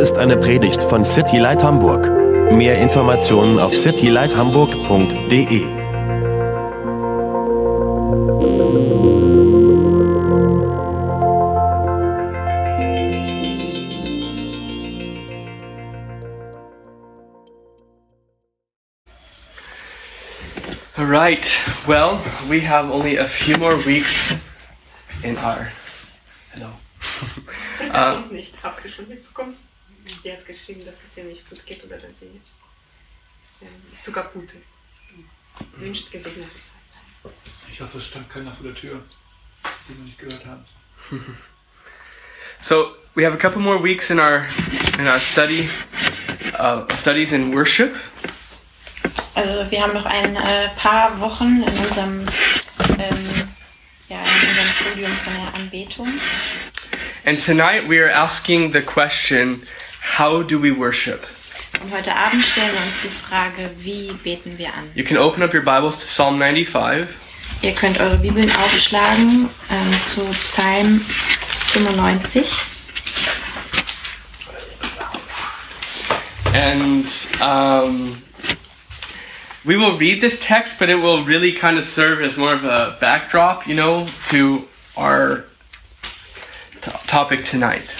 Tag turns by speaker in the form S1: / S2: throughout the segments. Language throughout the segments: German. S1: ist eine Predigt von City Light Hamburg. Mehr Informationen auf citylighthamburg.de.
S2: All right. Well, we have only a few more weeks in our. Hello.
S3: Auch nicht. Habt ihr schon mitbekommen? Die hat geschrieben, dass es ihr nicht gut geht oder dass sie ähm, sogar gut ist. Wünscht gesegnete Zeit.
S4: Ich hoffe, es stand keiner vor der Tür, den wir nicht gehört haben.
S2: So we have a couple more weeks in our in our study uh, studies in worship,
S5: Also wir haben noch ein äh, paar Wochen in unserem, ähm, ja, in unserem Studium von der Anbetung.
S2: and tonight we are asking the question: How do we worship?
S5: Und heute Abend stellen wir uns die Frage, wie beten wir an?
S2: You can open up your Bibles to Psalm 95,
S5: Ihr könnt eure Bibeln aufschlagen ähm, zu Psalm 95.
S2: and um, we will read this text, but it will really kind of serve as more of a backdrop, you know, to our to- topic tonight.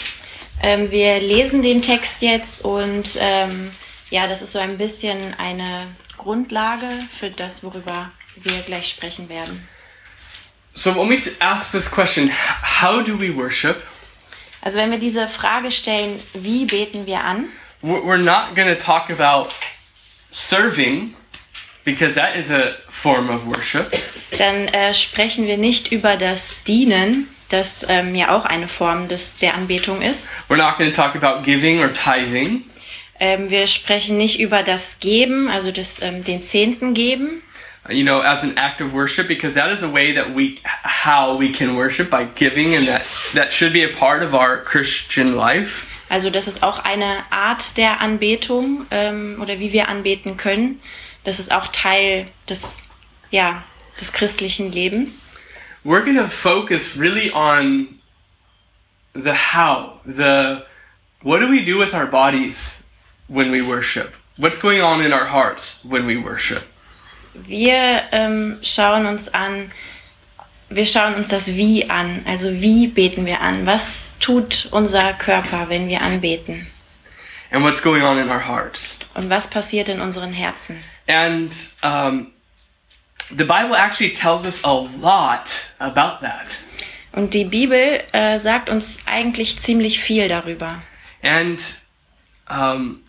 S5: Ähm, wir lesen den Text jetzt und ähm, ja, das ist so ein bisschen eine Grundlage für das, worüber wir gleich sprechen werden.
S2: So when we t- ask this question, h- how do we worship?
S5: Also wenn wir diese Frage stellen, wie beten wir an?
S2: We're we're not going to talk about serving because that is a form of worship.
S5: Dann äh, sprechen wir nicht über das Dienen, das ähm, ja auch eine Form des, der Anbetung ist.
S2: We're not going to talk about giving or tithing.
S5: Ähm, wir sprechen nicht über das Geben, also das, ähm, den Zehnten geben,
S2: You know, as an act of worship, because that is a way that we, how we can worship by giving, and that that should be a part of our Christian life.
S5: also das ist auch eine Art der Anbetung ähm, oder wie wir anbeten können. Das ist auch Teil des, ja, des christlichen Lebens.
S2: We're going to focus really on the how, the what do we do with our bodies when we worship? What's going on in our hearts when we worship?
S5: Wir ähm, schauen uns an, wir schauen uns das Wie an, also wie beten wir an, was tut unser Körper, wenn wir anbeten.
S2: and what's going on in our hearts.
S5: Und was passiert in unseren Herzen?
S2: And um, the Bible actually tells us a lot about that.
S5: Und die Bibel äh, sagt uns eigentlich ziemlich viel darüber.
S2: And um,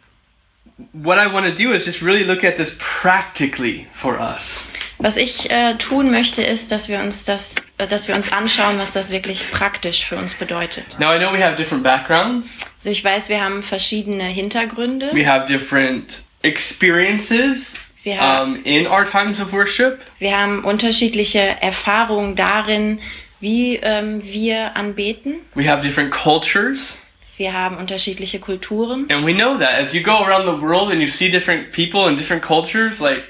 S2: what I want to do is just really look at this practically for us.
S5: Was ich äh, tun möchte, ist, dass wir uns das, äh, dass wir uns anschauen, was das wirklich praktisch für uns bedeutet.
S2: Now, I know we have different backgrounds,
S5: Also ich weiß, wir haben verschiedene Hintergründe.
S2: we have different experiences
S5: Wir, haben,
S2: um, in our times of worship,
S5: wir haben unterschiedliche Erfahrungen darin, wie ähm, wir anbeten.
S2: we have different cultures.
S5: Wir haben unterschiedliche Kulturen.
S2: And we know that as you go around the world and you see different people and different cultures, like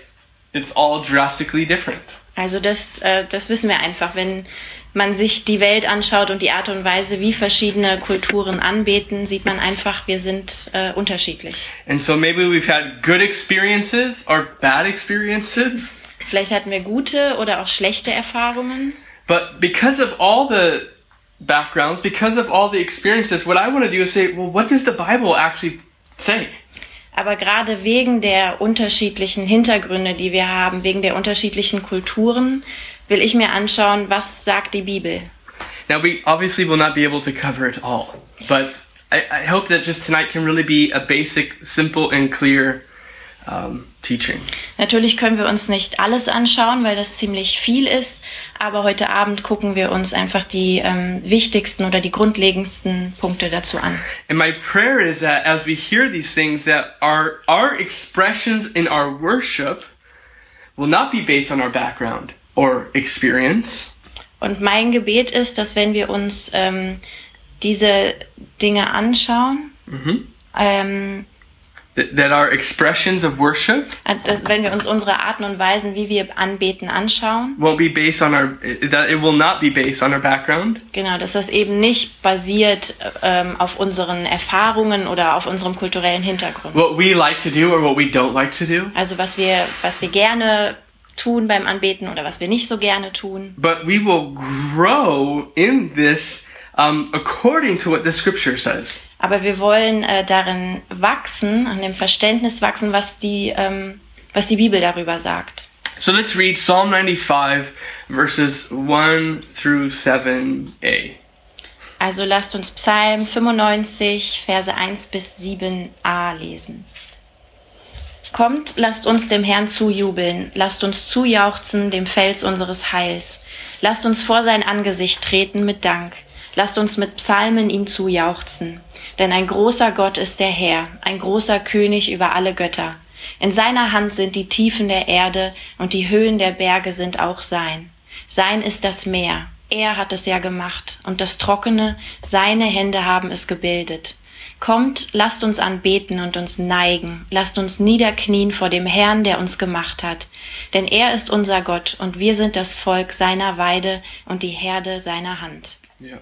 S2: it's all drastically different.
S5: Also das, äh, das wissen wir einfach, wenn man sich die Welt anschaut und die Art und Weise, wie verschiedene Kulturen anbeten, sieht man einfach, wir sind äh, unterschiedlich.
S2: And so maybe we've had good experiences or bad experiences,
S5: Vielleicht hatten wir gute oder auch schlechte Erfahrungen,
S2: but because of all the backgrounds, because of all the experiences, what I want to do is say, well, what does the Bible actually say?
S5: aber gerade wegen der unterschiedlichen Hintergründe, die wir haben, wegen der unterschiedlichen Kulturen, will ich mir anschauen, was sagt die Bibel.
S2: Now, we obviously will not be able to cover it all, but I, I hope that just tonight can really be a basic, simple, and clear um, teaching.
S5: Natürlich können wir uns nicht alles anschauen, weil das ziemlich viel ist, aber heute Abend gucken wir uns einfach die ähm, wichtigsten oder die grundlegendsten Punkte dazu an.
S2: And my prayer is that as we hear these things, that our our expressions in our worship will not be based on our background or experience,
S5: Und mein Gebet ist, dass wenn wir uns ähm, diese Dinge anschauen, ähm,
S2: that, that are expressions of worship
S5: Dass, wenn wir uns unsere Arten und Weisen, wie wir anbeten, anschauen,
S2: won't be based on our that it will not be based on our background
S5: genau, dass das eben nicht basiert ähm, auf unseren Erfahrungen oder auf unserem kulturellen Hintergrund.
S2: what we like to do or what we don't like to do
S5: Also was wir, was wir gerne tun beim Anbeten oder was wir nicht so gerne tun.
S2: but we will grow in this um, according to what the scripture says
S5: Aber wir wollen äh, darin wachsen, an dem Verständnis wachsen, was die, ähm, was die Bibel darüber sagt.
S2: so let's read psalm 95 verses 1 through 7a
S5: Also lasst uns Psalm 95, Verse 1 bis 7a lesen. Kommt, lasst uns dem Herrn zujubeln, lasst uns zujauchzen, dem Fels unseres Heils. Lasst uns vor sein Angesicht treten mit Dank, lasst uns mit Psalmen ihm zujauchzen. Denn ein großer Gott ist der Herr, ein großer König über alle Götter. In seiner Hand sind die Tiefen der Erde und die Höhen der Berge sind auch sein. Sein ist das Meer, er hat es ja gemacht, und das Trockene, seine Hände haben es gebildet. Kommt, lasst uns anbeten und uns neigen, lasst uns niederknien vor dem Herrn, der uns gemacht hat. Denn er ist unser Gott, und wir sind das Volk seiner Weide und die Herde seiner Hand.
S2: Yeah.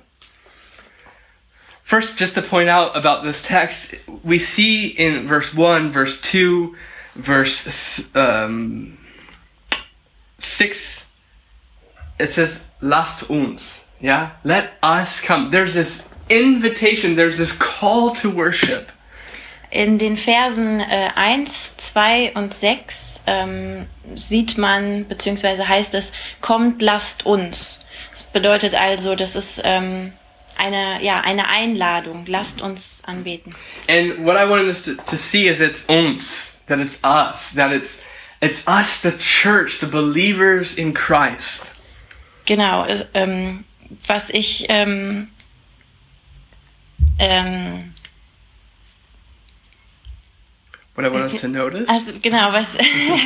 S2: First, just to point out about this text, we see in verse 1, verse 2, verse um, 6, it says, Last uns. Yeah? Let us come. There's this invitation, there's this call to worship.
S5: In den Versen äh, 1, 2 und 6 ähm, sieht man, beziehungsweise heißt es, kommt, lasst uns. Das bedeutet also, das ist ähm, eine, ja, eine Einladung, lasst uns anbeten.
S2: And what I wanted us to, to see is it's uns, that it's us, that it's it's us, the church, the believers in Christ.
S5: Genau, äh, ähm, was ich ähm, ähm,
S2: What I want us to notice.
S5: also genau, was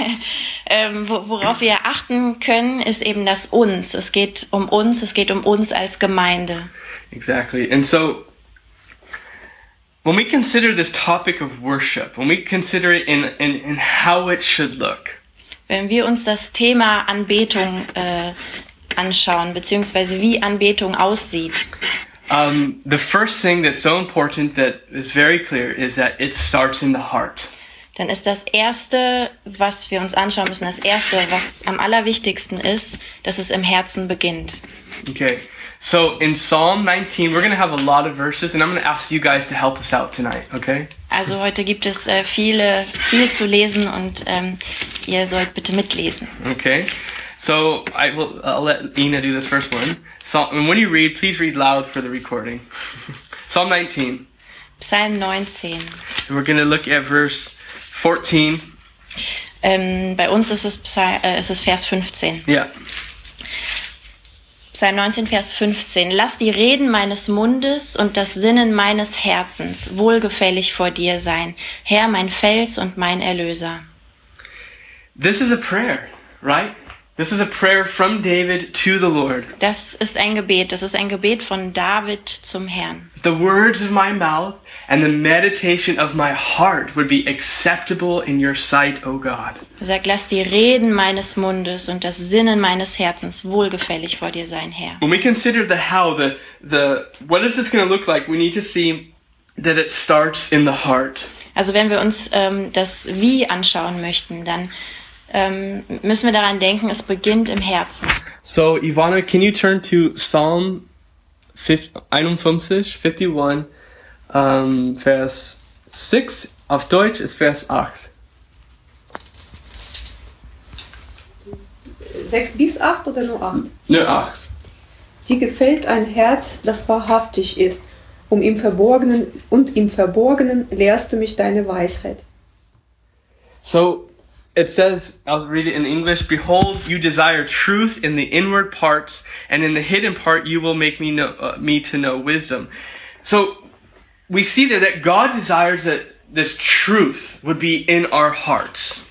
S5: ähm, wo- worauf wir achten können, ist eben das uns. Es geht um uns, es geht um uns als Gemeinde.
S2: Exactly. And so when we consider this topic of worship, when we consider it in, in, in how it should look,
S5: Wenn wir uns das Thema Anbetung äh, anschauen, beziehungsweise wie Anbetung aussieht,
S2: um, the first thing that's so important that is very clear is that it starts in the heart.
S5: dann ist das Erste, was wir uns anschauen müssen, das Erste, was am allerwichtigsten ist, dass es im Herzen beginnt.
S2: Okay. So in Psalm 19, we're going to have a lot of verses, and I'm going to ask you guys to help us out tonight, okay?
S5: Also heute gibt es äh, viele, viel zu lesen und ähm, ihr sollt bitte mitlesen.
S2: Okay. So I will I'll let Ina do this first one. So, and when you read, please read loud for the recording. Psalm 19.
S5: Psalm 19.
S2: And we're going to look at verse 14.
S5: Ähm, bei uns ist es, Psal äh, ist es Vers 15.
S2: Yeah.
S5: Psalm 19, Vers 15. Lass die Reden meines Mundes und das Sinnen meines Herzens wohlgefällig vor dir sein, Herr, mein Fels und mein Erlöser.
S2: This is a prayer, right? This is a prayer from David to the Lord.
S5: Das ist ein Gebet, das ist ein Gebet von David zum Herrn.
S2: The words of my mouth and the meditation of my heart would be acceptable in your sight, O God.
S5: Er sagt, lass die Reden meines Mundes und das Sinnen meines Herzens wohlgefällig vor dir sein, Herr.
S2: When we consider the how, the the what is this going to look like, we need to see that it starts in the heart.
S5: Also wenn wir uns ähm, das Wie anschauen möchten, dann ähm, müssen wir daran denken, es beginnt im Herzen.
S2: So, Ivana, can you turn to Psalm 50, 51, um, Vers 6? Auf Deutsch ist Vers 8.
S6: 6 bis 8 oder nur 8?
S2: Nö, 8.
S6: Dir gefällt ein Herz, das wahrhaftig ist, um im Verborgenen und im Verborgenen lehrst du mich deine Weisheit.
S2: So it says, I'll read it in English Behold, you desire truth in the inward parts, and in the hidden part you will make me, know, uh, me to know wisdom. So we see there that God desires that this truth would be in our hearts.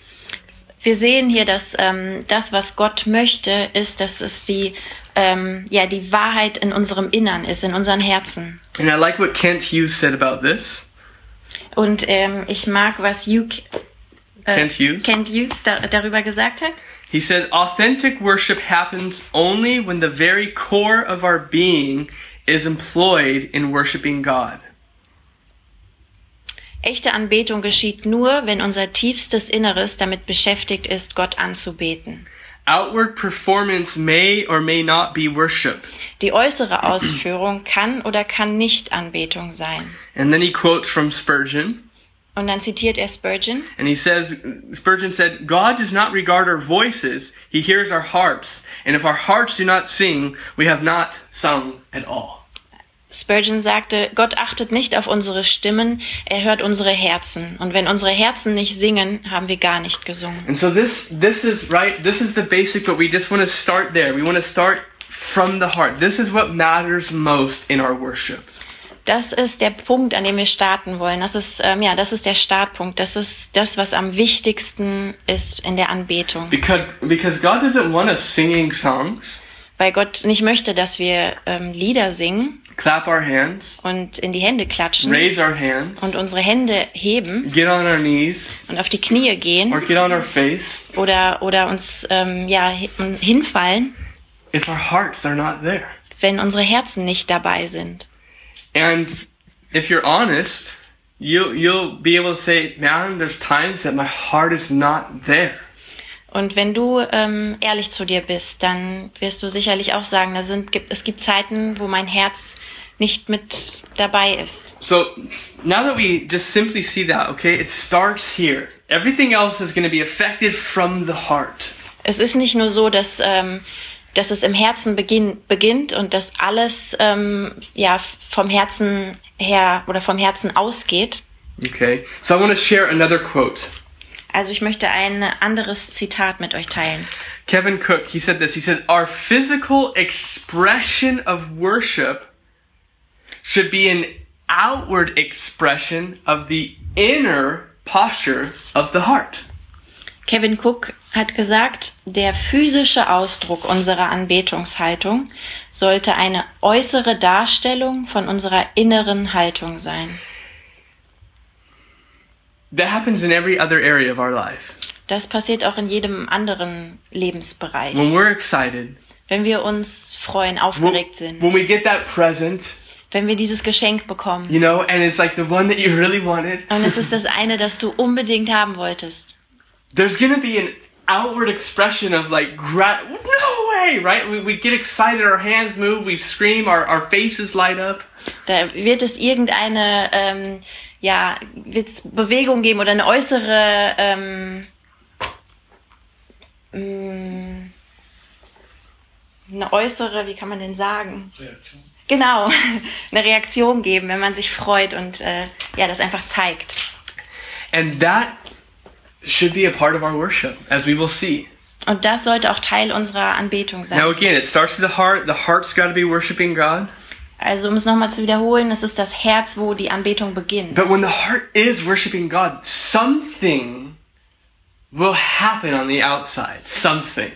S5: Wir sehen hier, dass ähm, das, was Gott möchte, ist, dass es die, ähm, ja, die Wahrheit in unserem Innern ist, in unseren Herzen.
S2: And I like what Kent Hughes said about this.
S5: Und ähm, ich mag, was Hugh, äh,
S2: Kent Hughes?
S5: Kent Hughes da, darüber gesagt hat.
S2: He says, authentic worship happens only when the very core of our being is employed in worshiping God.
S5: Echte Anbetung geschieht nur, wenn unser tiefstes Inneres damit beschäftigt ist, Gott anzubeten.
S2: Outward performance may or may not be worship.
S5: Die äußere Ausführung kann oder kann nicht Anbetung sein.
S2: And then he quotes from Spurgeon,
S5: Und dann zitiert er Spurgeon.
S2: and he says, Spurgeon said, God does not regard our voices, he hears our hearts. And if our hearts do not sing, we have not sung at all.
S5: Spurgeon sagte, Gott achtet nicht auf unsere Stimmen, er hört unsere Herzen. Und wenn unsere Herzen nicht singen, haben wir gar nicht gesungen.
S2: And so this this is right. This is the basic, but we just want to start there. We want to start from the heart. This is what matters most in our worship.
S5: Das ist der Punkt, an dem wir starten wollen. Das ist, ähm, ja, das ist der Startpunkt. Das ist das, was am wichtigsten ist in der Anbetung.
S2: Because because God doesn't want us singing songs,
S5: Weil Gott nicht möchte, dass wir ähm, Lieder singen
S2: clap our hands,
S5: und in die Hände klatschen
S2: raise our hands,
S5: und unsere Hände heben
S2: get on our knees
S5: und auf die Knie
S2: or
S5: gehen
S2: get on our face
S5: oder, oder uns ähm, ja, hin- hinfallen,
S2: if our hearts are not there.
S5: wenn unsere Herzen nicht dabei sind.
S2: And if you're honest, you you'll be able to say, man, there's times that my heart is not there.
S5: Und wenn du ähm, ehrlich zu dir bist, dann wirst du sicherlich auch sagen, da sind, gibt, es gibt Zeiten, wo mein Herz nicht mit dabei ist.
S2: So now that we just simply see that, okay, it starts here. Everything else is going to be affected from the heart.
S5: Es ist nicht nur so, dass, ähm, dass es im Herzen beginn, beginnt und dass alles ähm, ja, vom Herzen her oder vom Herzen ausgeht.
S2: Okay. So I want to share another quote.
S5: Also ich möchte ein anderes Zitat mit euch teilen.
S2: Kevin Cook, he said this. He said, Our physical expression of worship should be an outward expression of the inner posture of the heart.
S5: Kevin Cook hat gesagt, der physische Ausdruck unserer Anbetungshaltung sollte eine äußere Darstellung von unserer inneren Haltung sein.
S2: That happens in every other area of our life.
S5: Das passiert auch in jedem anderen Lebensbereich.
S2: When we're excited,
S5: Wenn wir uns freuen,
S2: when,
S5: aufgeregt sind,
S2: when we get that present,
S5: wenn wir dieses Geschenk bekommen
S2: you know, and it's like the one that you really wanted.
S5: und es ist das eine, das du unbedingt haben wolltest.
S2: there's gonna be an outward expression of like grat no way right we, we get excited our hands move we scream our, our faces light up
S5: Da wird es irgendeine ähm, ja, wird's Bewegung geben oder eine äußere ähm, mm, eine äußere, wie kann man denn sagen?
S4: Reaktion.
S5: Genau, eine Reaktion geben, wenn man sich freut und äh, ja, das einfach zeigt.
S2: and that should be a part of our worship as we will see
S5: Und das sollte auch Teil unserer Anbetung
S2: now
S5: sein.
S2: again it starts with the heart the heart's got to be worshiping god
S5: Also um es nochmal zu wiederholen, es ist das Herz, wo die Anbetung beginnt.
S2: but when the heart is worshiping god something will happen on the outside something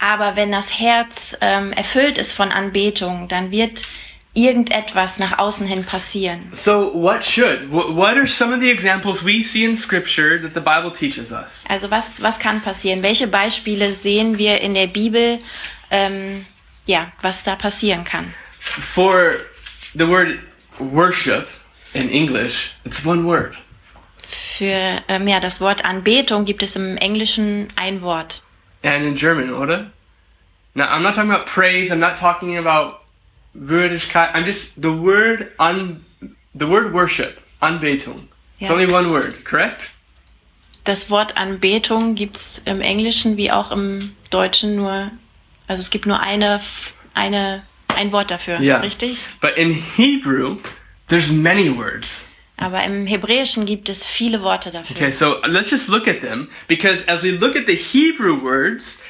S5: Aber wenn das Herz ähm, erfüllt ist von Anbetung, dann wird irgendetwas nach außen hin passieren.
S2: so what should wh- what are some of the examples we see in scripture that the bible teaches us
S5: Also was, was kann passieren? Welche Beispiele sehen wir in der Bibel, ähm, ja, was da passieren kann?
S2: For the word worship in English, it's one word.
S5: Für ähm, ja, das Wort Anbetung gibt es im Englischen ein Wort.
S2: And in German, oder? Now, I'm not talking about praise, I'm not talking about Würdigkeit. I'm just the word un, the word worship, Anbetung. It's
S5: Yeah.
S2: only one word, correct?
S5: Das Wort Anbetung gibt es im Englischen wie auch im Deutschen nur, also es gibt nur eine, eine, ein Wort dafür,
S2: Ja.
S5: richtig?
S2: But in Hebrew, there's many words.
S5: Aber im Hebräischen gibt es viele Worte dafür.
S2: Okay, so let's just look at them because as we look at the Hebrew words,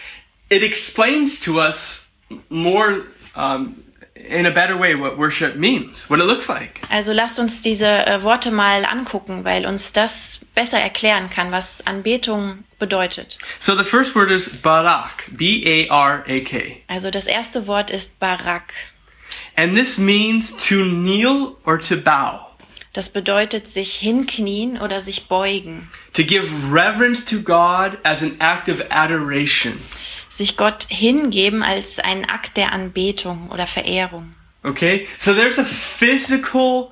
S2: it explains to us more um, in a better way what worship means, what it looks like.
S5: Also lasst uns diese äh, Worte mal angucken, weil uns das besser erklären kann, was Anbetung bedeutet.
S2: So the first word is barak, B A R A K,
S5: Also das erste Wort ist Barak
S2: and this means to kneel or to bow.
S5: Das bedeutet sich hinknien oder sich beugen,
S2: to give reverence to God as an act of adoration.
S5: sich Gott hingeben als einen Akt der Anbetung oder Verehrung.
S2: Okay? So there's a physical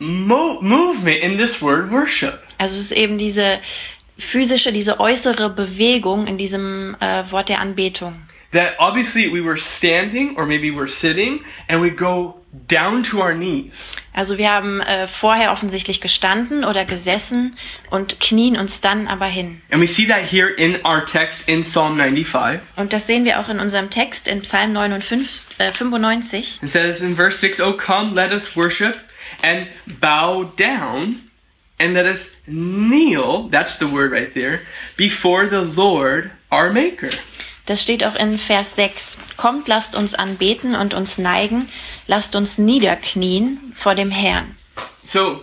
S2: mo- movement in this word worship.
S5: Also es ist eben diese physische, diese äußere Bewegung in diesem äh, Wort der Anbetung.
S2: That obviously we were standing or maybe we're sitting and we go down to our knees.
S5: Also wir haben äh, vorher offensichtlich gestanden oder gesessen und knien uns dann aber hin.
S2: And we see that here in our text in Psalm 95.
S5: Und das sehen wir auch in unserem Text in Psalm 59, äh, 95.
S2: It says in verse 6, O come, let us worship and bow down and let us kneel, that's the word right there, before the Lord our Maker.
S5: Das steht auch in Vers 6. Kommt, lasst uns anbeten und uns neigen, lasst uns niederknien vor dem Herrn.
S2: So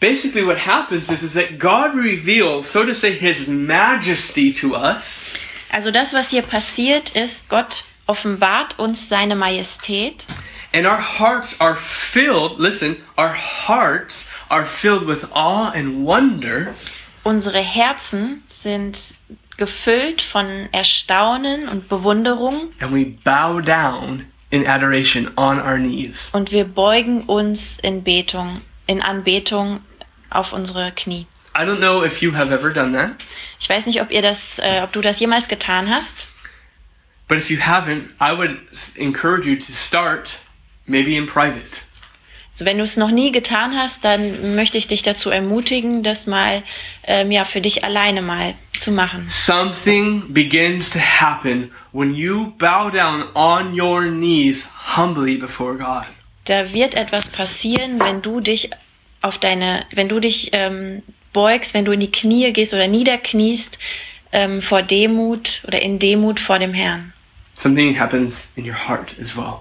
S2: basically what happens is, is that God reveals, so to say, his majesty to us
S5: Also das, was hier passiert, ist, Gott offenbart uns seine Majestät
S2: and our hearts are filled, listen, our hearts are filled with awe and wonder
S5: Unsere Herzen sind gefüllt von Erstaunen und Bewunderung
S2: and we bow down in adoration on our knees.
S5: und wir beugen uns in Betung, in Anbetung auf unsere Knie.
S2: I don't know if you have ever done that,
S5: Ich weiß nicht, ob ihr das, äh, ob du das jemals getan hast,
S2: but if you haven't, I would s- encourage you to start maybe in private.
S5: Also wenn du es noch nie getan hast, dann möchte ich dich dazu ermutigen, das mal ähm, ja für dich alleine mal zu machen.
S2: Something begins to happen when you bow down on your knees humbly before God.
S5: Da wird etwas passieren, wenn du dich auf deine, wenn du dich ähm, beugst, wenn du in die Knie gehst oder niederkniest ähm, vor Demut oder in Demut vor dem Herrn.
S2: Something happens in your heart as well.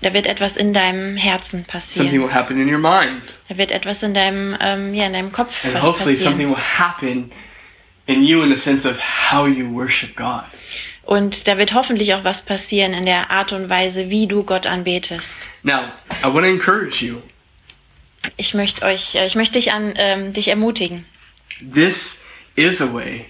S5: Da wird etwas in deinem Herzen
S2: Something
S5: passieren.
S2: will happen in your mind.
S5: Da wird etwas in deinem, ähm, ja, in deinem Kopf
S2: And hopefully something
S5: passieren.
S2: will happen in you in the sense of how you worship God.
S5: Und da wird hoffentlich auch was passieren in der Art und Weise, wie du Gott anbetest.
S2: Now, I want to encourage you.
S5: Ich möchte euch, äh, ich möchte dich an, ähm, dich ermutigen.
S2: This is a way,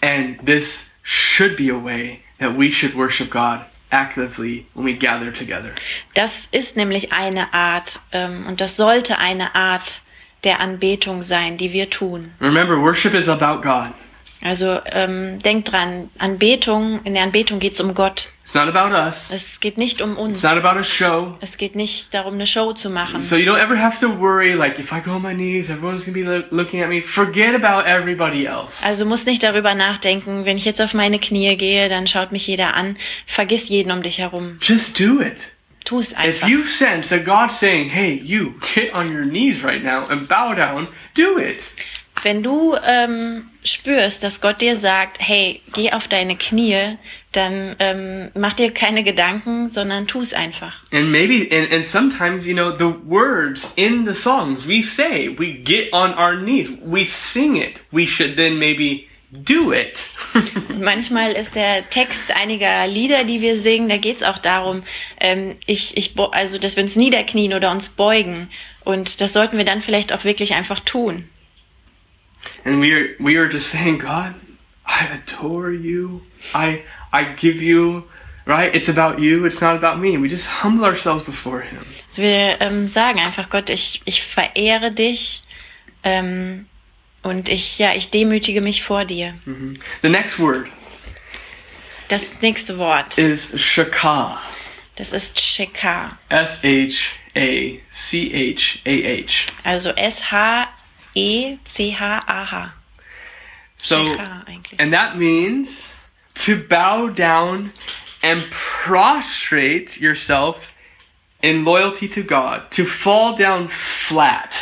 S2: and this should be a way that we should worship God actively when we gather together.
S5: Das ist nämlich eine Art ähm, und das sollte eine Art der Anbetung sein, die wir tun.
S2: Remember, worship is about God.
S5: Also ähm, denkt dran, Anbetung, in der Anbetung geht es um Gott.
S2: It's not about us.
S5: Es geht nicht um uns.
S2: It's not about a show.
S5: Es geht nicht darum, eine Show zu machen.
S2: So you don't ever have to worry, like, if I go on my knees, everyone's going to be lo- looking at me. Forget about everybody else.
S5: Also muss nicht darüber nachdenken, wenn ich jetzt auf meine Knie gehe, dann schaut mich jeder an. Vergiss jeden um dich herum.
S2: Just do it.
S5: Tu es
S2: If
S5: einfach.
S2: you sense that God's saying, hey, you, get on your knees right now and bow down, do it.
S5: Wenn du ähm, spürst, dass Gott dir sagt, hey, geh auf deine Knie, dann ähm, mach dir keine Gedanken, sondern tu es einfach.
S2: And maybe, and, and sometimes, you know, the words in the songs we say, we get on our knees, we sing it. We should then maybe do it.
S5: Manchmal ist der Text einiger Lieder, die wir singen, da geht's auch darum, ähm, ich, ich, bo- also, dass wir uns niederknien oder uns beugen. Und das sollten wir dann vielleicht auch wirklich einfach tun.
S2: and we are, we are just saying, God, I adore you. I, I give you, right? It's about you. It's not about me. We just humble ourselves before Him.
S5: Dass wir ähm, sagen einfach, Gott, ich, ich verehre dich ähm, und ich, ja, ich demütige mich vor dir.
S2: The next word
S5: Das nächste Wort,
S2: is shakah.
S5: das ist Shekar.
S2: S H A C H A H.
S5: Also E S-H-E-C-H-A-H.
S2: So,
S5: Shekar eigentlich.
S2: and that means to bow down and prostrate yourself in loyalty to God, to fall down flat.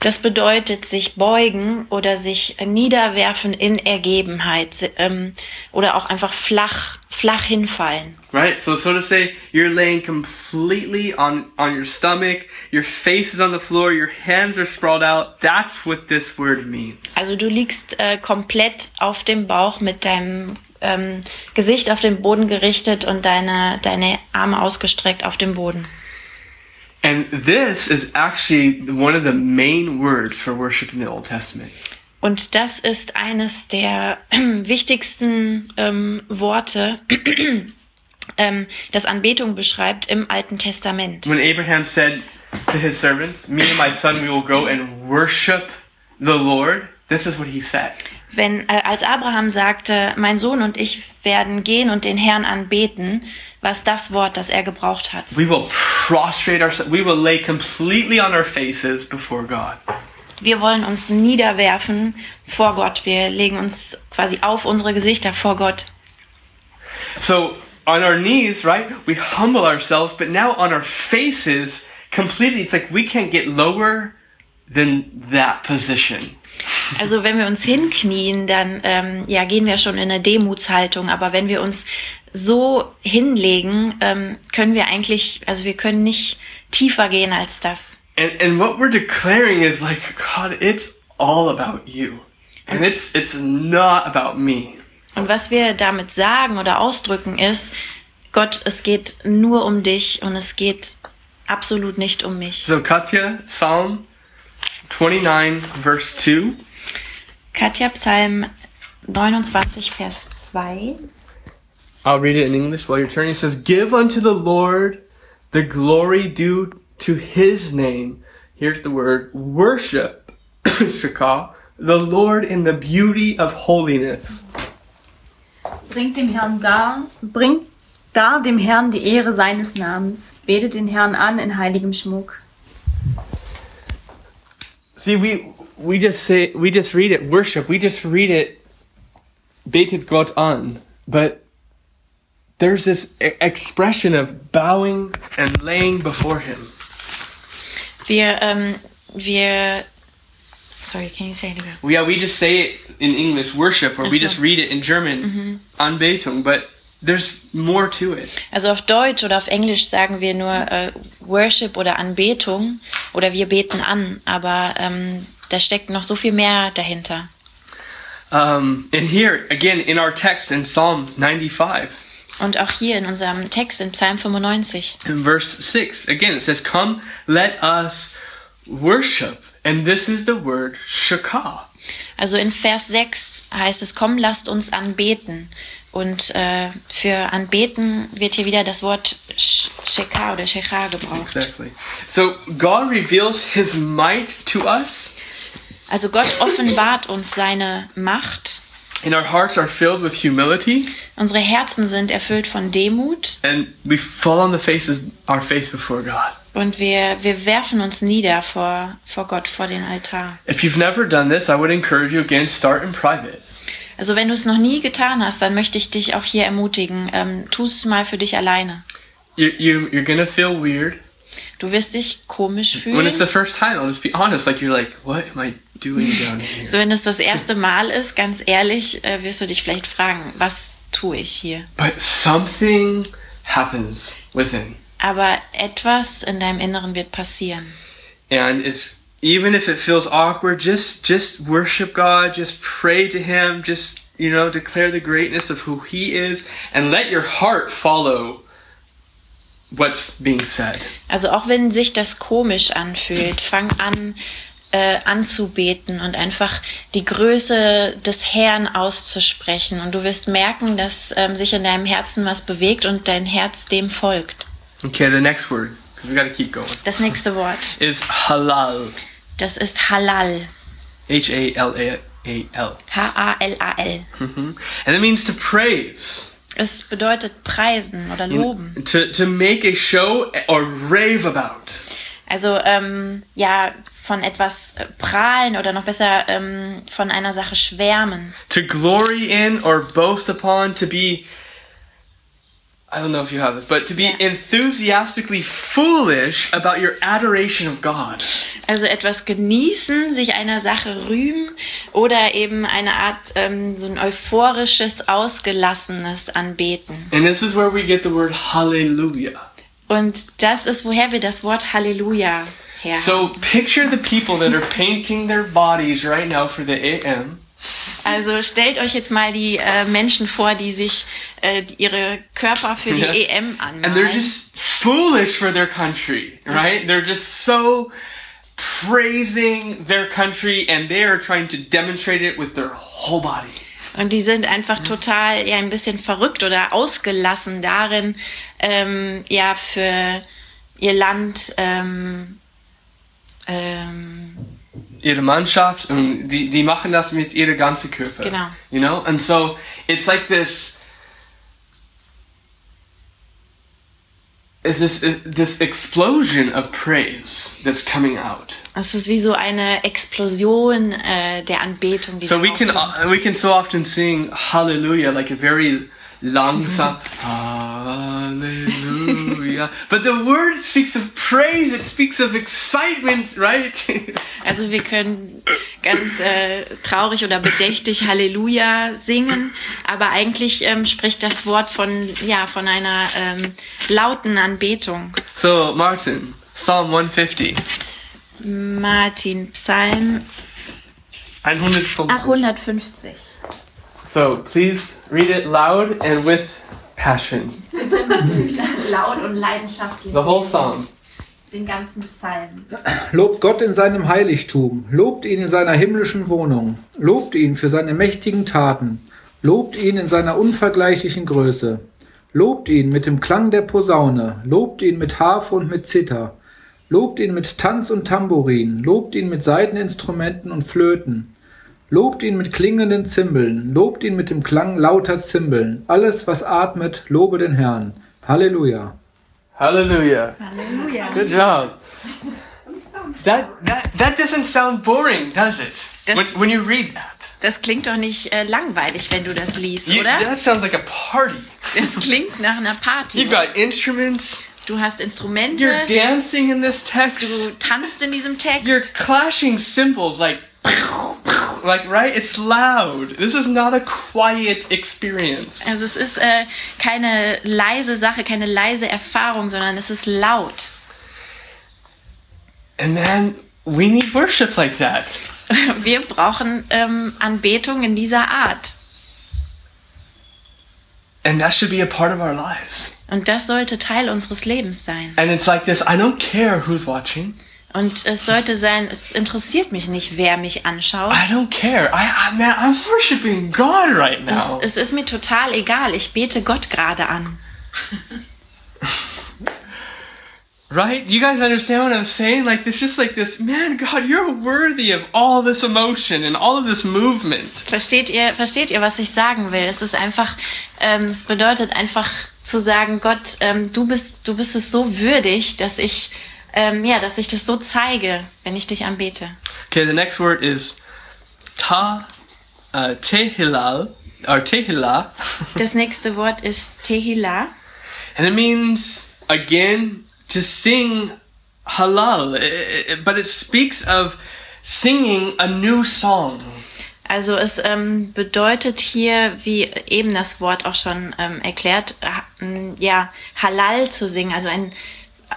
S5: Das bedeutet sich beugen oder sich niederwerfen in Ergebenheit se- ähm, oder auch einfach flach, flach hinfallen.
S2: Right? So, so to say, you're laying completely on, on your stomach, your face is on the floor, your hands are sprawled out. That's what this word means.
S5: Also du liegst äh, komplett auf dem Bauch mit deinem ähm, Gesicht auf den Boden gerichtet und deine, deine Arme ausgestreckt auf dem Boden.
S2: And this is actually one of the main words for worship in the Old Testament.
S5: Und das ist eines der ähm, wichtigsten ähm, Worte, ähm, das Anbetung beschreibt im Alten Testament.
S2: When Abraham said to his servants, Me and my son, we will go and worship the Lord, this is what he said.
S5: Wenn, äh, als Abraham sagte, mein Sohn und ich werden gehen und den Herrn anbeten, war es das Wort, das er gebraucht hat.
S2: We will prostrate ourselves, we will lay completely on our faces before God.
S5: Wir wollen uns niederwerfen vor Gott. Wir legen uns quasi auf unsere Gesichter vor Gott.
S2: So on our knees, right, we humble ourselves, but now on our faces, completely, it's like we can't get lower than that position.
S5: Also wenn wir uns hinknien, dann ähm, ja, gehen wir schon in eine Demutshaltung. Aber wenn wir uns so hinlegen, ähm, können wir eigentlich, also wir können nicht tiefer gehen als das.
S2: And and what we're declaring is like, God, it's all about you. And it's it's not about me.
S5: Und was wir damit sagen oder ausdrücken ist, Gott, es geht nur um dich und es geht absolut nicht um mich.
S2: So Katya, Psalm 29 verse 2.
S5: Katja, Psalm 29, Vers 2.
S2: I'll read it in English while you're turning. It says, Give unto the Lord the glory due to his name. Here's the word worship, Shaka, the Lord in the beauty of holiness.
S7: Bringt dem Herrn dar, bringt dar dem Herrn die Ehre seines Namens. Betet den Herrn an in heiligem Schmuck.
S2: See, we we just say we just read it worship. We just read it betet Gott an, but there's this e- expression of bowing and laying before Him.
S5: Wir, ähm, wir, sorry, can you say it again?
S2: Well, yeah, we just say it in English worship, or we
S5: That's
S2: just
S5: it.
S2: read it in German Anbetung, but there's more to it.
S5: Also auf Deutsch oder auf Englisch sagen wir nur äh, Worship oder Anbetung oder wir beten an, aber ähm, da steckt noch so viel mehr dahinter.
S2: Um, and here again in our text in Psalm 95,
S5: Und auch hier in unserem Text in Psalm 95.
S2: in verse 6 again it says come let us worship and this is the word shakah
S5: Also in Vers 6 heißt es, komm, lasst uns anbeten. Und äh, für anbeten wird hier wieder das Wort Sh- Shekha oder Shekha gebraucht.
S2: exactly so god reveals his might to us
S5: Also Gott offenbart uns seine Macht.
S2: and our hearts are filled with humility
S5: Unsere Herzen sind erfüllt von Demut
S2: and we fall on the faces our face before god
S5: und wir, wir werfen uns nieder vor, vor Gott, vor den Altar.
S2: if you've never done this i would encourage you again start in private
S5: Also wenn du es noch nie getan hast, dann möchte ich dich auch hier ermutigen. Ähm, tu es mal für dich alleine.
S2: you, you, you're gonna feel weird
S5: Du wirst dich komisch
S2: when it's the
S5: fühlen.
S2: first time i'll just be honest like you're like what am i doing down here
S5: So Also wenn es das erste Mal ist, ganz ehrlich, äh, wirst du dich vielleicht fragen, was tue ich hier?
S2: but something happens within
S5: Aber etwas in deinem Inneren wird passieren.
S2: and it's even if it feels awkward just just worship god just pray to him just you know declare the greatness of who he is and let your heart follow what's being said
S5: Also auch wenn sich das komisch anfühlt, fang an äh, anzubeten und einfach die Größe des Herrn auszusprechen. Und du wirst merken, dass ähm, sich in deinem Herzen was bewegt und dein Herz dem folgt.
S2: okay the next word because we got to keep going
S5: Das nächste Wort,
S2: is halal
S5: das ist Halal.
S2: h-a-l-a-l
S5: H-A-L-A-L.
S2: and it means to praise
S5: Es bedeutet preisen oder loben.
S2: to to make a show or rave about
S5: Also ähm, ja, von etwas äh, prahlen oder noch besser ähm, von einer Sache schwärmen.
S2: to glory in or boast upon, to be. I don't know if you have this, but to be enthusiastically foolish about your adoration of God.
S5: Also etwas genießen, sich einer Sache rühmen oder eben eine Art, ähm, so ein euphorisches, ausgelassenes Anbeten.
S2: And this is where we get the word hallelujah.
S5: Und das ist, woher wir das Wort Halleluja her.
S2: So picture the people that are painting their bodies right now for the AM.
S5: Also stellt euch jetzt mal die äh, Menschen vor, die sich äh, ihre Körper für die
S2: Ja.
S5: EM
S2: and they're
S5: anmalen.
S2: just foolish for their country, right? They're just so praising their country and they are trying to demonstrate it with their whole body.
S5: Und die sind einfach total ja ein bisschen verrückt oder ausgelassen darin, ähm, ja für ihr Land ähm, ähm,
S2: ihre Mannschaft und die, die machen das mit ihrer ganzen Körper.
S5: Genau.
S2: You know? And so it's like this is this this explosion of praise that's coming out.
S5: es ist wie so eine Explosion äh, der Anbetung, die
S2: So
S5: da
S2: we can uh,
S5: rauskommt.
S2: we can so often sing hallelujah like a very long song. Hallelujah. but the word speaks of praise, it speaks of excitement, right?
S5: Also wir können ganz äh, traurig oder bedächtig Halleluja singen, aber eigentlich ähm, spricht das Wort von ja von einer ähm, lauten Anbetung.
S2: so Martin, Psalm 150.
S5: Martin Psalm
S2: 150.
S5: Ah,
S7: 850.
S2: So please read it loud and with passion.
S7: Laut und leidenschaftlich
S2: The whole psalm.
S7: den ganzen Psalm.
S8: Lobt Gott in seinem Heiligtum, lobt ihn in seiner himmlischen Wohnung, lobt ihn für seine mächtigen Taten, lobt ihn in seiner unvergleichlichen Größe, lobt ihn mit dem Klang der Posaune, lobt ihn mit Harfe und mit Zither, lobt ihn mit Tanz und Tambourin, lobt ihn mit Saiteninstrumenten und Flöten, lobt ihn mit klingenden Zimbeln, lobt ihn mit dem Klang lauter Zimbeln, alles was atmet, lobe den Herrn. Halleluja.
S2: Hallelujah. Hallelujah. Good job. That that that doesn't sound boring, does it?
S5: Das-
S2: when, when you read that,
S5: Das klingt doch nicht äh, langweilig, wenn du das liest,
S2: You-
S5: oder?
S2: that sounds like a party.
S5: Das klingt nach einer Party.
S2: You've got instruments.
S5: Du hast
S2: You're
S5: Instrumente,
S2: dancing in this text.
S5: du tanzt in diesem
S2: You're
S5: Text.
S2: clashing cymbals like. Like right, it's loud. This is not a quiet experience.
S5: Also es ist äh, keine leise Sache, keine leise Erfahrung, sondern es ist laut.
S2: And man, we need worship like that.
S5: Wir brauchen ähm, Anbetung in dieser Art.
S2: And that should be a part of our lives.
S5: Und das sollte Teil unseres Lebens sein.
S2: And it's like this I don't care who's watching.
S5: Und es sollte sein, es interessiert mich nicht, wer mich anschaut.
S2: I don't care. I, I man, I'm worshiping God right now.
S5: Es, es ist mir total egal. Ich bete Gott gerade an.
S2: Right? You guys understand what I'm saying? Like there's just like this, man, God, you're worthy of all this emotion and all of this movement.
S5: Versteht ihr, versteht ihr, was ich sagen will? Es ist einfach, ähm, es bedeutet einfach zu sagen, Gott, ähm, du bist, du bist es so würdig, dass ich, ähm, ja, dass ich das so zeige, wenn ich dich anbete.
S2: Okay, the next word is ta uh, tehilal or tehillah,
S5: Das nächste Wort ist Tehillah.
S2: and it means again to sing halal, I- I- but it speaks of singing a new song.
S5: Also es ähm, bedeutet hier, wie eben das Wort auch schon ähm, erklärt, ha- m, ja, halal zu singen, also ein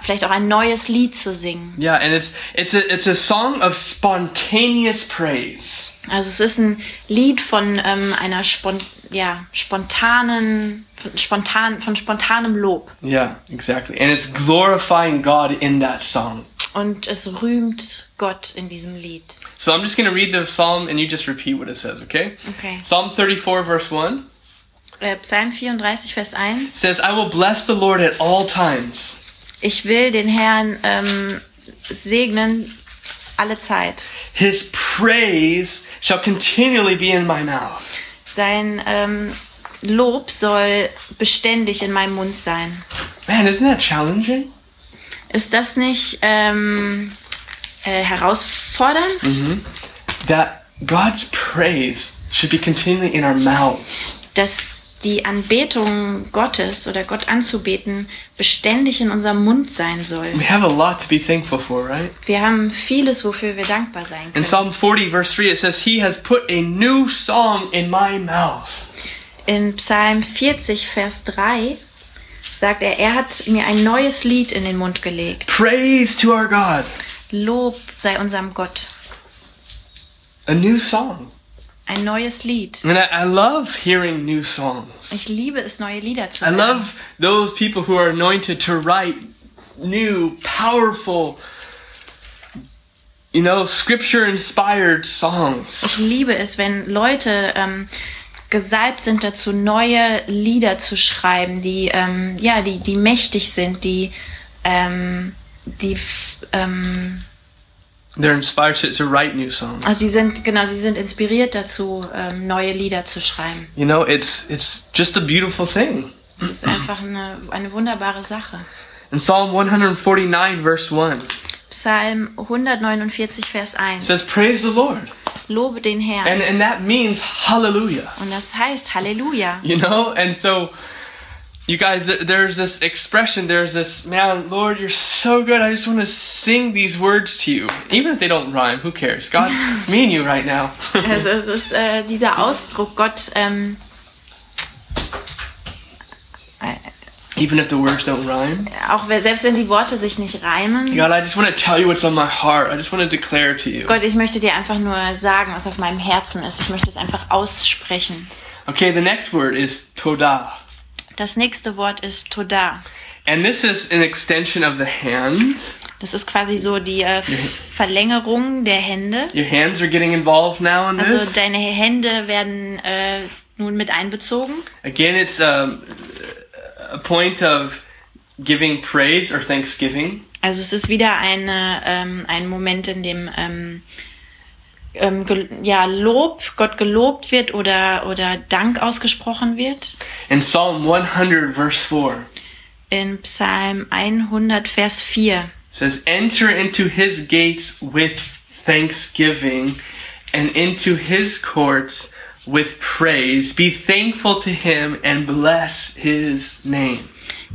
S5: vielleicht auch ein neues Lied zu singen.
S2: Yeah, and it's it's a it's a song of spontaneous praise.
S5: Also es ist ein Lied von ähm, einer spon ja, spontanen, von, spontan, von spontanem Lob.
S2: Yeah, exactly. And it's glorifying God in that song.
S5: Und es rühmt Gott in diesem Lied.
S2: So I'm just going to read the psalm and you just repeat what it says, okay?
S5: Okay.
S2: Psalm 34 verse 1
S5: Äh, Psalm 34, Vers 1.
S2: says, "I will bless the Lord at all times.
S5: Ich will den Herrn ähm, segnen alle Zeit.
S2: His praise shall continually be in my mouth."
S5: Sein ähm, Lob soll beständig in meinem Mund sein.
S2: Man, isn't that challenging?
S5: Ist das nicht ähm, äh, herausfordernd?
S2: That God's praise should be continually in our mouths.
S5: Dass die Anbetung Gottes oder Gott anzubeten beständig in unserem Mund sein soll.
S2: We have a lot to be thankful for, right?
S5: Wir haben vieles, wofür wir dankbar sein
S2: In
S5: können.
S2: Psalm 40, verse 3, it says, He has put a new song in my mouth.
S5: In Psalm 40, Vers 3 sagt er, er hat mir ein neues Lied in den Mund gelegt.
S2: Praise to our God.
S5: Lob sei unserem Gott.
S2: A new song.
S5: ein neues Lied.
S2: And I, I love hearing new songs.
S5: Ich liebe es, neue Lieder zu
S2: I
S5: hören.
S2: love those people who are anointed to write new, powerful, you know, scripture inspired
S5: Ich
S2: songs.
S5: liebe es, wenn Leute ähm, gesalbt sind dazu, neue Lieder zu schreiben, die ähm, ja, die, die mächtig sind, die ähm, die f- ähm,
S2: They're inspired to, to write new songs.
S5: also die sind genau, sie sind inspiriert dazu, ähm, neue Lieder zu schreiben.
S2: You know, it's it's just a beautiful thing.
S5: Das ist einfach eine, eine wunderbare Sache.
S2: In Psalm 149 verse 1 it
S5: Psalm 149, Vers 1.
S2: says praise the Lord.
S5: Lobe den
S2: And
S5: Herrn.
S2: and that means hallelujah.
S5: Und das heißt Halleluja.
S2: You know? And so you guys there- there's this expression, there's this man, Lord, you're so good. I just want to sing these words to you. Even if they don't rhyme, who cares? God, it's me and you right now.
S5: Also es ist äh, dieser Ausdruck, Gott, ähm,
S2: Even if the words don't rhyme.
S5: auch wenn- selbst wenn die Worte sich nicht reimen,
S2: God, I just want to tell you what's on my heart. I just want to declare to you.
S5: Gott, ich möchte dir einfach nur sagen, was auf meinem Herzen ist. Ich möchte es einfach aussprechen.
S2: Okay, the next word is todah.
S5: Das nächste Wort ist Toda.
S2: And this is an extension of the hand.
S5: Das ist quasi so die äh, Verlängerung der Hände.
S2: Your hands are getting involved now in
S5: Also
S2: this.
S5: deine Hände werden äh, nun mit einbezogen.
S2: Again, it's um, a point of giving praise or thanksgiving.
S5: Also es ist wieder eine, ähm, ein Moment, in dem ähm, ähm, gel- ja, Lob, Gott gelobt wird oder, oder Dank ausgesprochen wird.
S2: In Psalm 100, verse 4,
S5: In Psalm 100, Vers 4.
S2: it says, Enter into his gates with thanksgiving and into his courts with praise. Be thankful to him and bless his name.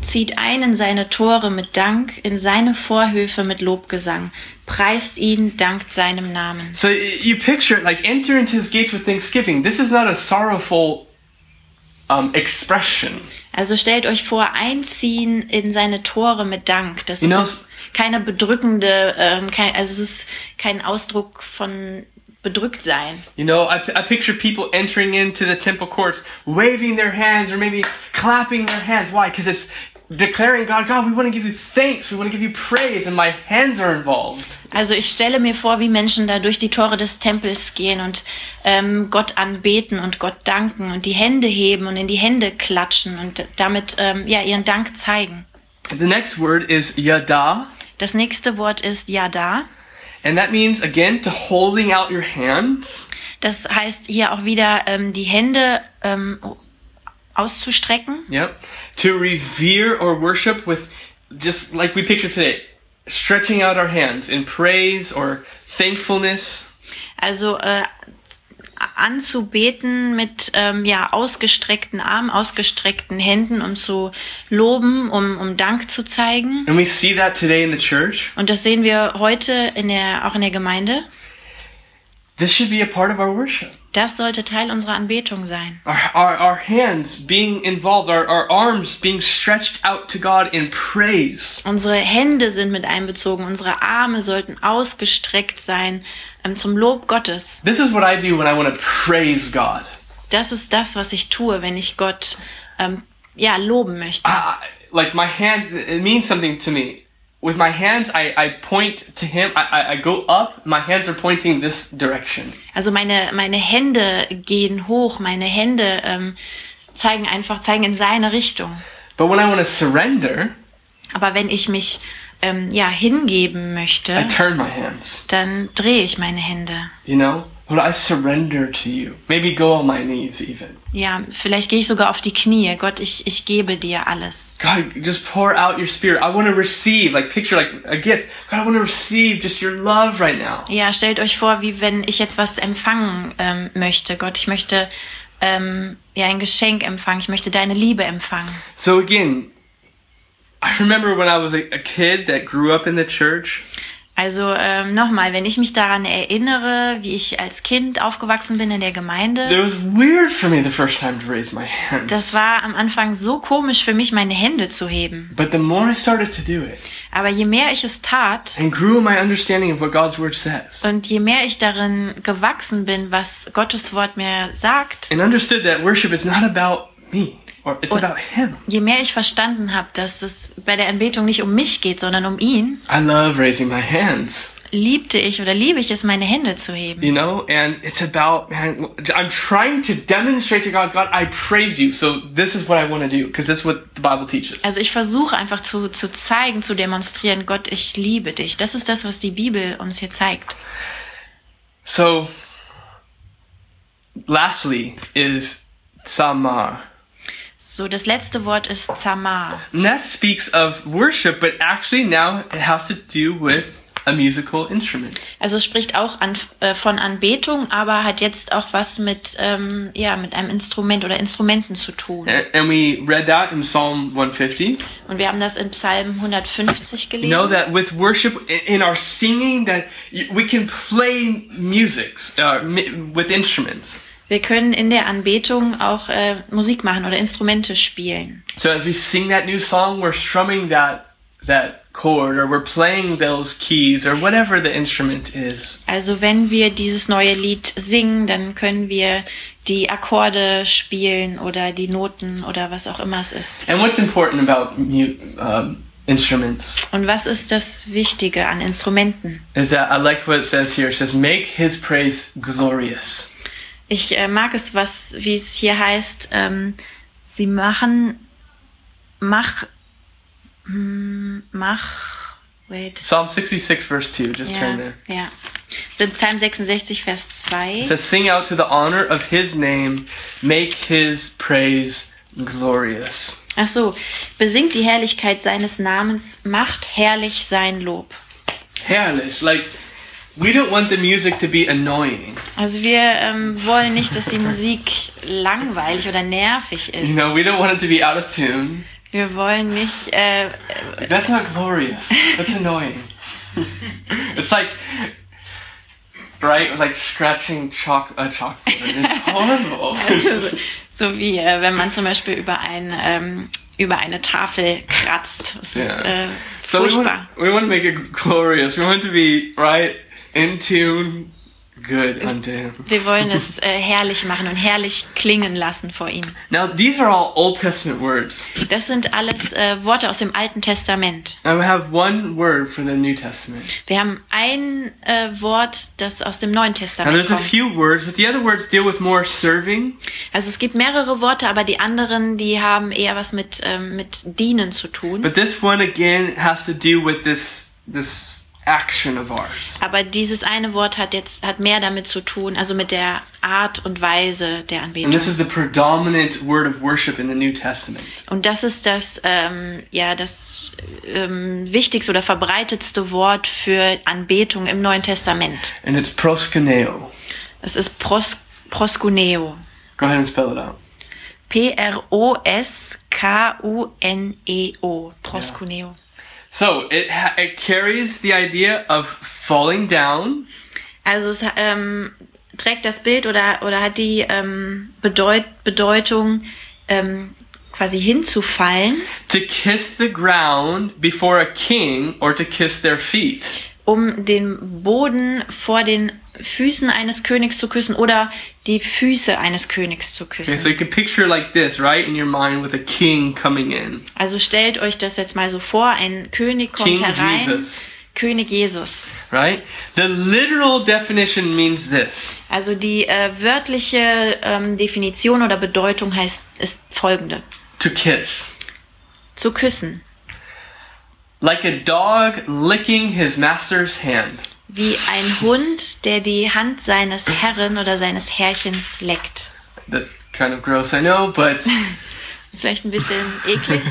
S5: Zieht ein in seine Tore mit Dank, in seine Vorhöfe mit Lobgesang. Preist ihn, dankt seinem Namen.
S2: So y- you picture it like enter into his gates with thanksgiving. This is not a sorrowful um, expression.
S5: Also stellt euch vor, einziehen in seine Tore mit Dank. Das ist
S2: Hinaus-
S5: jetzt keine bedrückende, ähm, kein, also es ist kein Ausdruck von bedrückt sein.
S2: You know, I, I picture people entering into the temple courts, waving their hands or maybe clapping their hands. Why? Because it's declaring God, God, we want to give you thanks, we want to give you praise, and my hands are involved.
S5: Also ich stelle mir vor, wie Menschen da durch die Tore des Tempels gehen und ähm, Gott anbeten und Gott danken und die Hände heben und in die Hände klatschen und damit ähm, ja ihren Dank zeigen.
S2: The next word is yada,
S5: Das nächste Wort ist Yada.
S2: and that means again to holding out your hands.
S5: Das heißt hier auch wieder ähm, die Hände ähm, auszustrecken,
S2: Yep. To revere or worship with just like we picture today, stretching out our hands in praise or thankfulness.
S5: also äh, anzubeten mit ähm, ja ausgestreckten Armen, ausgestreckten Händen, um zu loben, um, um Dank zu zeigen.
S2: And we see that today in the church.
S5: Und das sehen wir heute in der, auch in der Gemeinde.
S2: This should be a part of our worship.
S5: Das sollte Teil unserer Anbetung sein.
S2: Our, our, our hands being involved, our, our arms being stretched out to God in praise.
S5: Unsere Hände sind mit einbezogen, unsere Arme sollten ausgestreckt sein ähm, zum Lob Gottes.
S2: This is what I do when I want to praise God.
S5: Das ist das, was ich tue, wenn ich Gott ähm, ja, loben möchte.
S2: I, like my hands, it means something to me. With my hands, I, I point to Him, I, I, I go up, my hands are pointing this direction.
S5: Also meine, meine Hände gehen hoch, meine Hände ähm, zeigen einfach, zeigen in seine Richtung.
S2: But when I want to surrender,
S5: Aber wenn ich mich ähm, ja, hingeben
S2: I
S5: möchte,
S2: turn my hands,
S5: dann drehe ich meine Hände.
S2: you know? Lord, I surrender to you. Maybe go on my knees even.
S5: Ja, vielleicht gehe ich sogar auf die Knie. Gott, ich, ich gebe dir alles.
S2: God, just pour out your spirit. I want to receive, like picture like a gift. God, I want to receive just your love right now.
S5: Ja, stellt euch vor, wie wenn ich jetzt was empfangen ähm, möchte. Gott, ich möchte ähm, ja ein Geschenk empfangen. Ich möchte deine Liebe empfangen.
S2: So again, I remember when I was a, a kid that grew up in the church.
S5: Also ähm, nochmal, wenn ich mich daran erinnere, wie ich als Kind aufgewachsen bin in der
S2: It
S5: Gemeinde,
S2: was weird for me the first time to raise my hand.
S5: das war am Anfang so komisch für mich, meine Hände zu heben.
S2: but the more I started to do it
S5: Aber je mehr ich es tat
S2: and grew in my understanding of what God's word says,
S5: und je mehr ich darin gewachsen bin, was Gottes Wort mir sagt,
S2: and understood that worship is not about me or it's
S5: Und-
S2: about Him.
S5: je mehr ich verstanden habe, dass es bei der Anbetung nicht um mich geht, sondern um ihn,
S2: I love raising my hands,
S5: liebte ich oder liebe ich es, meine Hände zu heben.
S2: you know, and it's about man. I'm trying to demonstrate to God, God, I praise you. So this is what I want to do because that's what the Bible teaches.
S5: Also ich versuche einfach zu, zu zeigen, zu demonstrieren, Gott, ich liebe dich. Das ist das, was die Bibel uns hier zeigt.
S2: So, lastly is sama.
S5: So, das letzte Wort ist Zamar.
S2: And that speaks of worship, but actually now it has to do with a musical instrument.
S5: Also es spricht auch an, äh, von Anbetung, aber hat jetzt auch was mit, ähm, ja, mit einem Instrument oder Instrumenten zu tun.
S2: And, and we read that in Psalm 150.
S5: Und wir haben das in Psalm 150 gelesen.
S2: Know that with worship i- in our singing that y- we can play musics uh, mi- with instruments.
S5: Wir können in der Anbetung auch äh, Musik machen oder Instrumente spielen.
S2: So as we sing that new song, we're strumming that that chord or we're playing those keys or whatever the instrument is.
S5: Also wenn wir dieses neue Lied singen, dann können wir die Akkorde spielen oder die Noten oder was auch immer es ist.
S2: And what's important about mu- um, instruments
S5: Und was ist das Wichtige an Instrumenten?
S2: is that I like what it says here. It says, "Make His praise glorious."
S5: Ich äh, mag es, was, wie es hier heißt, ähm, sie machen, mach, hm, mach, wait,
S2: Psalm 66, verse 2. Just
S5: ja,
S2: turn there.
S5: ja. Sind Psalm 66, Vers
S2: It
S5: 2.
S2: says, Sing out to the honor of his name, make his praise glorious.
S5: Ach so, besingt die Herrlichkeit seines Namens, macht herrlich sein Lob.
S2: Herrlich. Like, we don't want the music to be annoying.
S5: Also wir ähm, wollen nicht, dass die Musik langweilig oder nervig
S2: You
S5: ist.
S2: know, we don't want it to be out of tune.
S5: Wir wollen nicht, äh,
S2: That's not glorious. That's annoying. it's like, right? Like scratching chalk, uh, chalkboard. It's horrible.
S5: so wie äh, wenn man zum Beispiel über, ein, ähm, über eine Tafel kratzt. Das ist
S2: Ja.
S5: äh,
S2: so we
S5: furchtbar.
S2: want, we want to make it glorious. We want it to be, right? In tune, good unto him.
S5: Wir wollen es äh, herrlich machen und herrlich klingen lassen vor ihm.
S2: Now, these are all Old Testament words.
S5: Das sind alles äh, Worte aus dem Alten Testament.
S2: I have one word for the New Testament.
S5: Wir haben ein äh, Wort, das aus dem Neuen
S2: Now,
S5: Testament
S2: there's a
S5: kommt.
S2: few words, but the other words deal with more serving.
S5: Also es gibt mehrere Worte, aber die anderen, die haben eher was mit, ähm, mit Dienen zu tun.
S2: But this one again has to do with this this action of ours.
S5: Aber dieses eine Wort hat jetzt hat mehr damit zu tun, also mit der Art und Weise der
S2: And this
S5: Anbetung.
S2: is the predominant word of worship in the New Testament.
S5: Und das ist das ähm, ja das ähm, wichtigste oder verbreitetste Wort für Anbetung im Neuen Testament.
S2: And it's proskuneo.
S5: Es ist Pros proskuneo.
S2: Go ahead and spell it out.
S5: P R O S K U N E O. Proskuneo.
S2: So it ha- it carries the idea of falling down,
S5: Also es ähm, trägt das Bild oder, oder hat die ähm, Bedeut Bedeutung, ähm, quasi hinzufallen,
S2: to kiss the ground before a king, or to kiss their feet.
S5: um den Boden vor den Füßen eines Königs zu küssen oder die Füße eines Königs zu
S2: Okay, so
S5: küssen.
S2: you can picture like this, right, in your mind with a king coming in.
S5: Also stellt euch das jetzt mal so vor, ein König kommt
S2: King
S5: herein,
S2: Jesus.
S5: König Jesus.
S2: right? The literal definition means this
S5: Also die äh, wörtliche ähm, Definition oder Bedeutung heißt ist folgende:
S2: to kiss.
S5: zu küssen,
S2: Like a dog licking his master's hand.
S5: wie ein Hund, der die Hand seines Herren oder seines Herrchens leckt.
S2: That's kind of gross, I know, but
S5: Ist vielleicht ein bisschen eklig.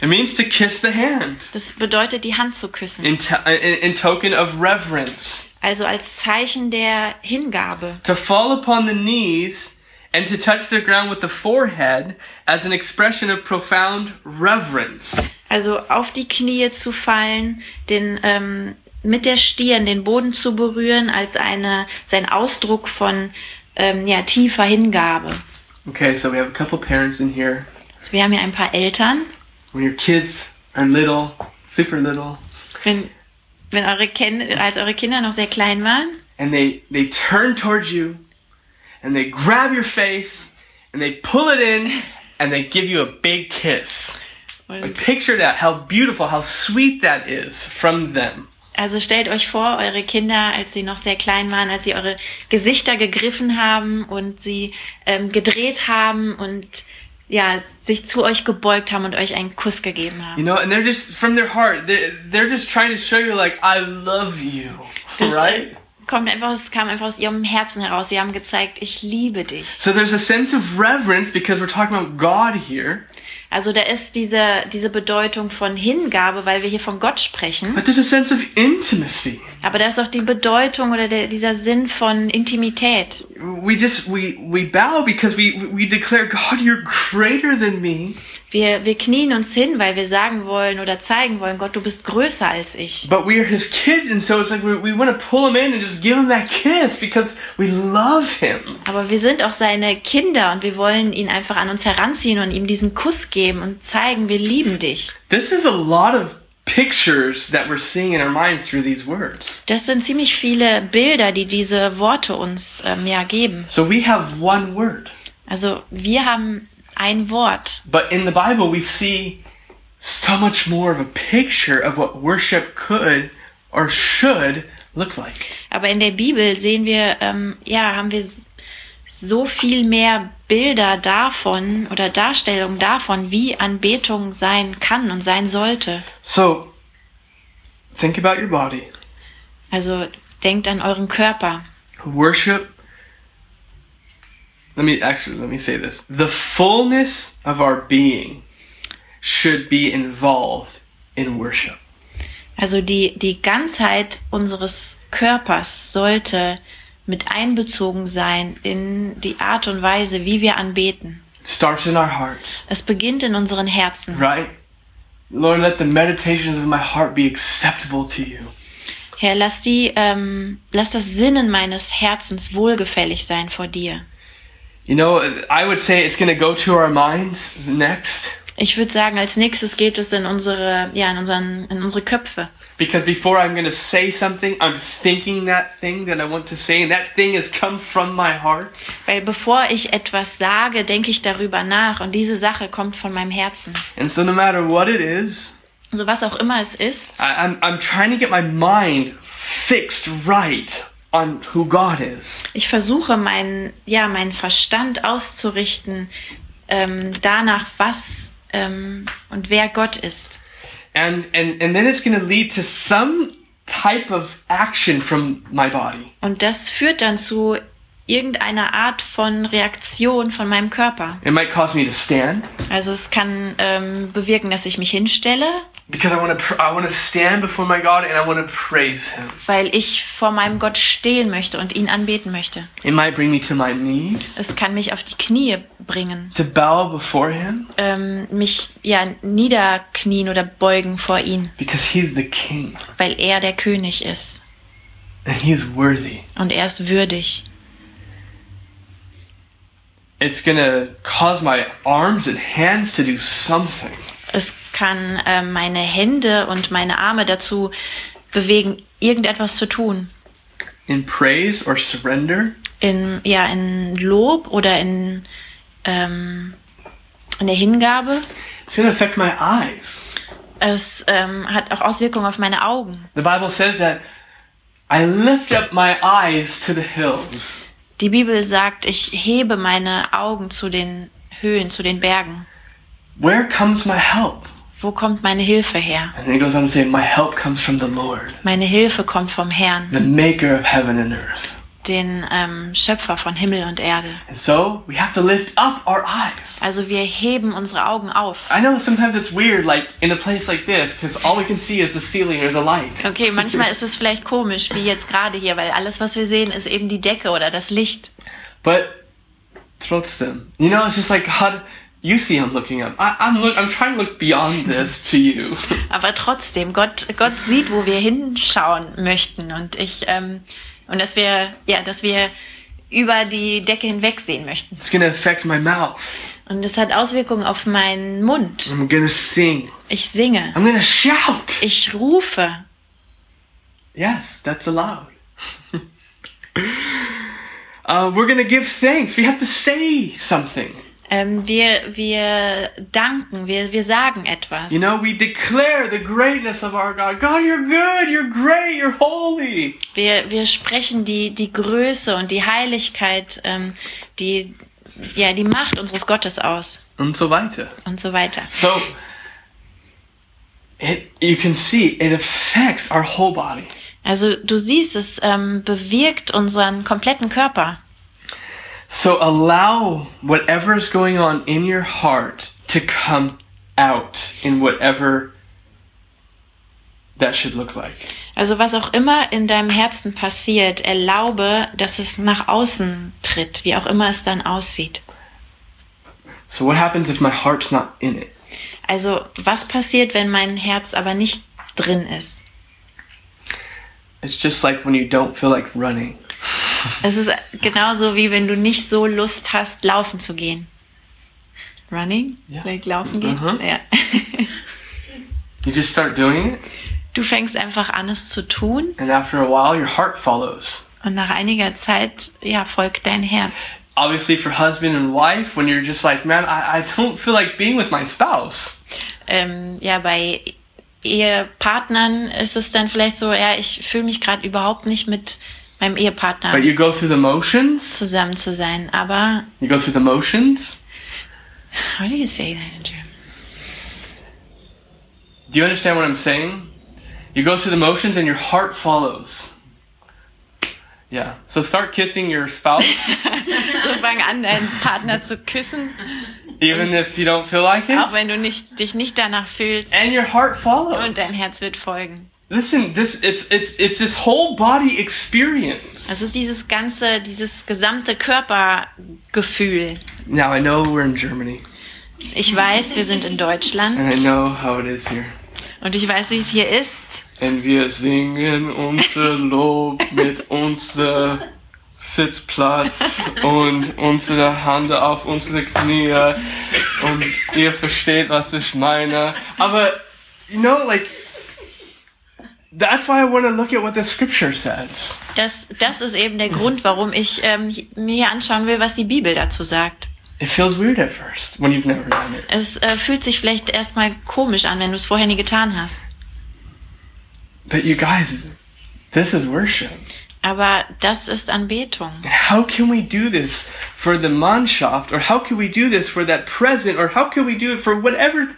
S2: it means to kiss the hand
S5: Das bedeutet die Hand zu küssen,
S2: in, t- uh, in, in token of reverence,
S5: also als Zeichen der Hingabe.
S2: to fall upon the knees and to touch the ground with the forehead as an expression of profound reverence.
S5: Also auf die Knie zu fallen, den ähm, mit der Stirn den Boden zu berühren als eine, sein Ausdruck von ähm, ja, tiefer Hingabe.
S2: Okay, so we have a couple parents in here.
S5: Also wir haben hier ein paar Eltern.
S2: When your kids are little, super little,
S5: Wenn, wenn eure Ken als eure Kinder noch sehr klein waren,
S2: and they they turn towards you, and they grab your face, and they pull it in, and they give you a big kiss. Like,
S5: und
S2: picture that, how beautiful, how sweet that is from them.
S5: Also stellt euch vor, eure Kinder, als sie noch sehr klein waren, als sie eure Gesichter gegriffen haben und sie ähm, gedreht haben und ja, sich zu euch gebeugt haben und euch einen Kuss gegeben
S2: You
S5: haben.
S2: know, and they're just from their heart. They're, they're just trying to show you, like, I love you,
S5: Das
S2: right?
S5: kommt einfach, aus- kam einfach aus ihrem Herzen heraus. Sie haben gezeigt, ich liebe dich.
S2: So there's a sense of reverence because we're talking about God here,
S5: Also da ist diese, diese Bedeutung von Hingabe, weil wir hier von Gott sprechen.
S2: but there's a sense of intimacy.
S5: Aber da ist auch die Bedeutung oder der, dieser Sinn von Intimität.
S2: We just we we bow because we we declare, God, you're greater than me.
S5: Wir, wir knien uns hin, weil wir sagen wollen oder zeigen wollen, Gott, du bist größer als ich.
S2: But we are His kids, and so it's like we, we want to pull Him in and just give Him that kiss because we love Him.
S5: Aber wir sind auch seine Kinder und wir wollen ihn einfach an uns heranziehen und ihm diesen Kuss geben und zeigen, wir lieben dich.
S2: This is a lot of pictures that we're seeing in our minds through these words.
S5: Das sind ziemlich viele Bilder, die diese Worte uns ähm, ja geben.
S2: So we have one word.
S5: Also wir haben ein Wort.
S2: But in the Bible, we see so much more of a picture of what worship could or should look like.
S5: Aber in der Bibel sehen wir, ähm, ja, haben wir s- so viel mehr Bilder davon oder Darstellungen davon, wie Anbetung sein kann und sein sollte.
S2: So think about your body.
S5: Also denkt an euren Körper.
S2: Worship. Let me actually let me say this. The fullness of our being should be involved in worship.
S5: Also die, die Ganzheit unseres Körpers sollte mit einbezogen sein in die Art und Weise, wie wir anbeten.
S2: It starts in our hearts,
S5: Es beginnt in unseren Herzen.
S2: right? Lord, let the meditations of my heart be acceptable to you.
S5: Herr, lass die, ähm, lass das Sinnen meines Herzens wohlgefällig sein vor dir.
S2: You know, I would say it's going to go to our minds next.
S5: Ich würde sagen, als nächstes geht es in unsere, ja, in unseren, in unsere Köpfe.
S2: Because before I'm going to say something, I'm thinking that thing that I want to say, and that thing has come from my heart.
S5: Weil bevor ich etwas sage, denke ich darüber nach und diese Sache kommt von meinem Herzen.
S2: And so, no matter what it is,
S5: Also was auch immer es ist,
S2: I, I'm, I'm trying to get my mind fixed right on who God is.
S5: Ich versuche meinen, ja, meinen Verstand auszurichten ähm, danach, was ähm, und wer Gott ist.
S2: And, and, and then it's going to lead to some type of action from my body.
S5: Und das führt dann zu irgendeiner Art von Reaktion von meinem Körper.
S2: It might cause me to stand
S5: Also es kann ähm, bewirken, dass ich mich hinstelle,
S2: because I want to pr- I want to stand before my God and I want to praise him.
S5: weil ich vor meinem Gott stehen möchte und ihn anbeten möchte.
S2: It might bring me to my knees
S5: Es kann mich auf die Knie bringen,
S2: to bow before him
S5: ähm, mich ja niederknien oder beugen vor ihn,
S2: because he's the king
S5: weil er der König ist
S2: and he's worthy.
S5: und er ist würdig.
S2: It's gonna cause my arms and hands to do something.
S5: Es kann äh, meine Hände und meine Arme dazu bewegen, irgendetwas zu tun.
S2: In praise or surrender,
S5: In, ja, in Lob oder in, ähm, in der Hingabe.
S2: it's gonna affect my eyes.
S5: Es ähm, hat auch Auswirkungen auf meine Augen.
S2: The Bible says that I lift up my eyes to the hills.
S5: Die Bibel sagt, ich hebe meine Augen zu den Höhen, zu den Bergen.
S2: Where comes my help?
S5: Wo kommt meine Hilfe her?
S2: And then it goes on to say, My help comes from the Lord,
S5: Meine Hilfe kommt vom Herrn,
S2: the maker of heaven and earth.
S5: den ähm, Schöpfer von Himmel und Erde.
S2: And so we have to lift up our eyes.
S5: Also wir heben unsere Augen auf.
S2: I know sometimes it's weird, like in a place like this, because all we can see is the ceiling or the light.
S5: Okay, manchmal ist es vielleicht komisch, wie jetzt gerade hier, weil alles, was wir sehen, ist eben die Decke oder das Licht.
S2: But trotzdem, you know, it's just like God, You see, I'm looking up. I, I'm look. I'm trying to look beyond this to you.
S5: Aber trotzdem, Gott, Gott sieht, wo wir hinschauen möchten und ich ähm, und dass wir ja, dass wir über die Decke hinweg sehen möchten.
S2: It's gonna affect my mouth.
S5: Und es hat Auswirkungen auf meinen Mund.
S2: I'm gonna sing.
S5: Ich singe,
S2: I'm gonna shout.
S5: ich rufe.
S2: Yes, that's allowed. uh, we're gonna give thanks. We have to say something.
S5: Ähm, wir, wir danken, wir, wir sagen etwas.
S2: You know, we declare the greatness of our God. God, you're good. You're great. You're holy.
S5: Wir, wir sprechen die, die Größe und die Heiligkeit, ähm, die, ja, die Macht unseres Gottes aus
S2: Und so weiter.
S5: und so weiter.
S2: So it you can see it affects our whole body.
S5: Also du siehst, es ähm, bewirkt unseren kompletten Körper.
S2: So allow whatever is going on in your heart to come out in whatever that should look like.
S5: Also was auch immer in deinem Herzen passiert, erlaube, dass es nach außen tritt, wie auch immer es dann aussieht.
S2: So what happens if my heart's not in it?
S5: Also was passiert, wenn mein Herz aber nicht drin ist?
S2: It's just like when you don't feel like running.
S5: Es ist genauso wie wenn du nicht so Lust hast, laufen zu gehen. Running?
S2: Ja.
S5: Like laufen gehen?
S2: Mhm.
S5: Ja.
S2: You just start doing it
S5: Du fängst einfach an, es zu tun
S2: and after a while your heart follows.
S5: und nach einiger Zeit ja, folgt dein Herz.
S2: Obviously for husband and wife when you're just like, man, I, I don't feel like being with my spouse.
S5: Ähm, ja, bei Ehepartnern ist es dann vielleicht so, ja, ich fühle mich gerade überhaupt nicht mit meinem Ehepartner
S2: But you go through the motions.
S5: zusammen zu sein. Aber,
S2: You go through the motions.
S5: how do you say that in German?
S2: Do you understand what I'm saying? You go through the motions and your heart follows. Yeah. So start kissing your spouse,
S5: So fang an, deinen Partner zu küssen,
S2: even if you don't feel like
S5: auch
S2: it.
S5: wenn du nicht, dich nicht danach fühlst.
S2: And your heart follows.
S5: Und dein Herz wird folgen.
S2: Listen, this it's it's it's this whole body experience.
S5: Es ist dieses ganze, dieses gesamte Körpergefühl.
S2: Now I know we're in Germany,
S5: Ich weiß, wir sind in Deutschland
S2: and I know how it is here.
S5: und ich weiß, wie es hier ist.
S2: And wir singen unser Lob mit unser Sitzplatz und unsere Hände auf unsere Knie. Und ihr versteht, was ich meine. Aber, you know, like, that's why I want to look at what the scripture says.
S5: Das, das ist eben der Grund, warum ich ähm, hi- mir hier anschauen will, was die Bibel dazu sagt.
S2: It feels weird at first when you've never done it.
S5: Es äh, fühlt sich vielleicht erstmal komisch an, wenn du es vorher nie getan hast.
S2: But you guys, this is worship.
S5: Aber das ist Anbetung.
S2: How can we do this for the Mannschaft, or how can we do this for that present, or how can we do it for whatever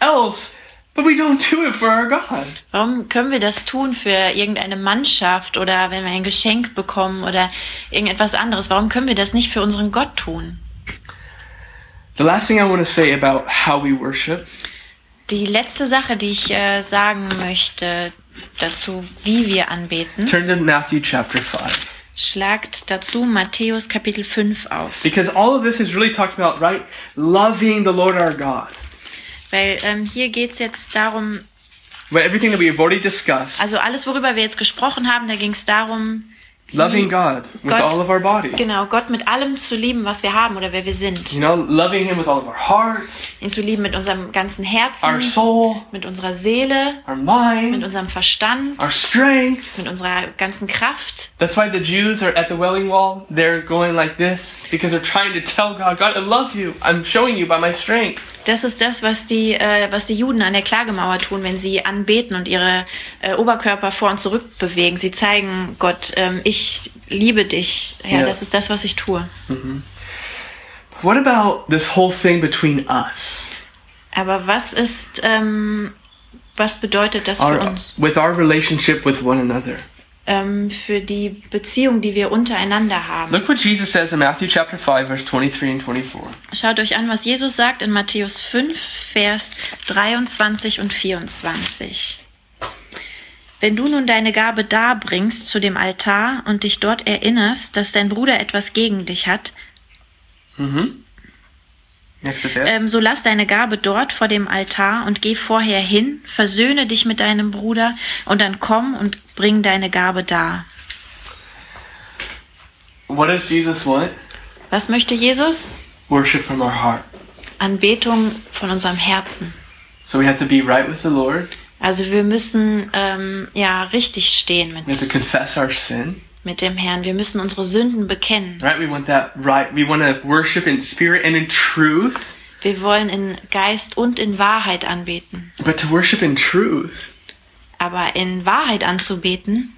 S2: else, but we don't do it for our God?
S5: Warum können wir das tun für irgendeine Mannschaft oder wenn wir ein Geschenk bekommen oder irgendetwas anderes? Warum können wir das nicht für unseren Gott tun?
S2: The last thing I want to say about how we worship
S5: Die letzte Sache, die ich äh, sagen möchte dazu, wie wir anbeten,
S2: turn to Matthew chapter 5.
S5: schlagt dazu Matthäus Kapitel 5 auf.
S2: Because all of this is really talking about, right? Loving the Lord our God.
S5: Weil ähm, hier geht's jetzt darum,
S2: But everything that we have already discussed,
S5: also alles, worüber wir jetzt gesprochen haben, da ging's darum,
S2: loving God with
S5: Gott-
S2: all of our body.
S5: genau, Gott mit allem zu lieben, was wir haben oder wer wir sind.
S2: You know, loving Him with all of our heart,
S5: Ihn zu lieben mit unserem ganzen
S2: our
S5: Herzen,
S2: soul,
S5: mit unserer Seele,
S2: our
S5: mit
S2: mind,
S5: unserem Verstand,
S2: our strength.
S5: mit unserer ganzen Kraft.
S2: That's why the Jews are at the Welling Wall. They're going like this because they're trying to tell God, God, I love you. I'm showing you by my strength.
S5: Das ist das, was die, äh, was die Juden an der Klagemauer tun, wenn sie anbeten und ihre äh, Oberkörper vor und zurück bewegen. Sie zeigen Gott, ähm, ich liebe dich. Herr,
S2: Ja.
S5: das ist das, was ich tue.
S2: What about this whole thing between us,
S5: Aber was ist, ähm, was bedeutet das für
S2: our,
S5: uns?
S2: with our relationship with one another?
S5: Ähm, für die Beziehung, die wir untereinander haben.
S2: Look what Jesus says in Matthew chapter 5, verse 23 and 24.
S5: Schaut euch an, was Jesus sagt in Matthäus 5, Vers 23 und 24. Wenn du nun deine Gabe darbringst zu dem Altar und dich dort erinnerst, dass dein Bruder etwas gegen dich hat,
S2: Next Vers.
S5: Ähm, so lass deine Gabe dort vor dem Altar und geh vorher hin, versöhne dich mit deinem Bruder und dann komm und bring deine Gabe dar.
S2: What does Jesus want?
S5: Was möchte Jesus?
S2: Worship from our heart.
S5: Anbetung von unserem Herzen.
S2: So we have to be right with the Lord.
S5: Also wir müssen ähm, ja richtig stehen
S2: We have to
S5: mit,
S2: confess our sin.
S5: mit dem Herrn. Wir müssen unsere Sünden bekennen.
S2: Right? We want that right. We want to worship in spirit and in truth.
S5: Wir wollen in Geist und in Wahrheit anbeten.
S2: But to worship in truth,
S5: Aber in Wahrheit anzubeten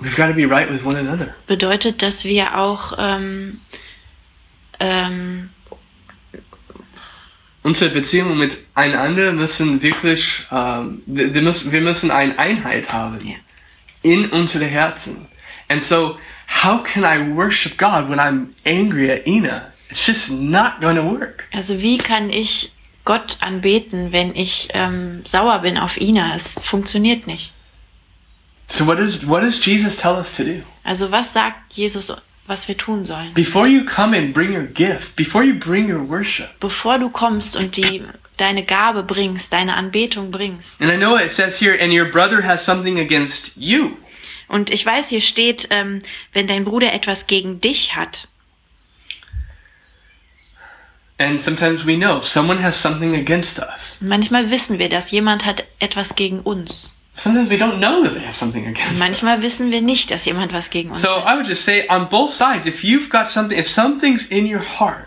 S2: we've got to be right with one another.
S5: bedeutet, dass wir auch ähm, ähm,
S2: Unsere Beziehungen miteinander müssen wirklich, ähm, die, die müssen, wir müssen eine Einheit haben
S5: Ja.
S2: in unsere Herzen. And so, how can I worship God when I'm angry at Ina? It's just not going to work.
S5: Also wie kann ich Gott anbeten, wenn ich ähm, sauer bin auf Ina? Es funktioniert nicht.
S2: So what does what does Jesus tell us to do?
S5: Also was sagt Jesus, was wir tun sollen?
S2: Before you come and bring your gift, before you bring your worship.
S5: Bevor du kommst und die deine Gabe bringst, deine Anbetung bringst.
S2: And I know it says here, and your brother has something against you.
S5: Und ich weiß, hier steht, ähm, wenn dein Bruder etwas gegen dich hat.
S2: And sometimes we know someone has something against us.
S5: Manchmal wissen wir das, jemand hat etwas gegen uns.
S2: Sometimes we don't know that they have something against us.
S5: Manchmal wissen wir nicht, dass jemand was gegen uns
S2: So
S5: hat.
S2: I would just say on both sides, if you've got something, if something's in your heart,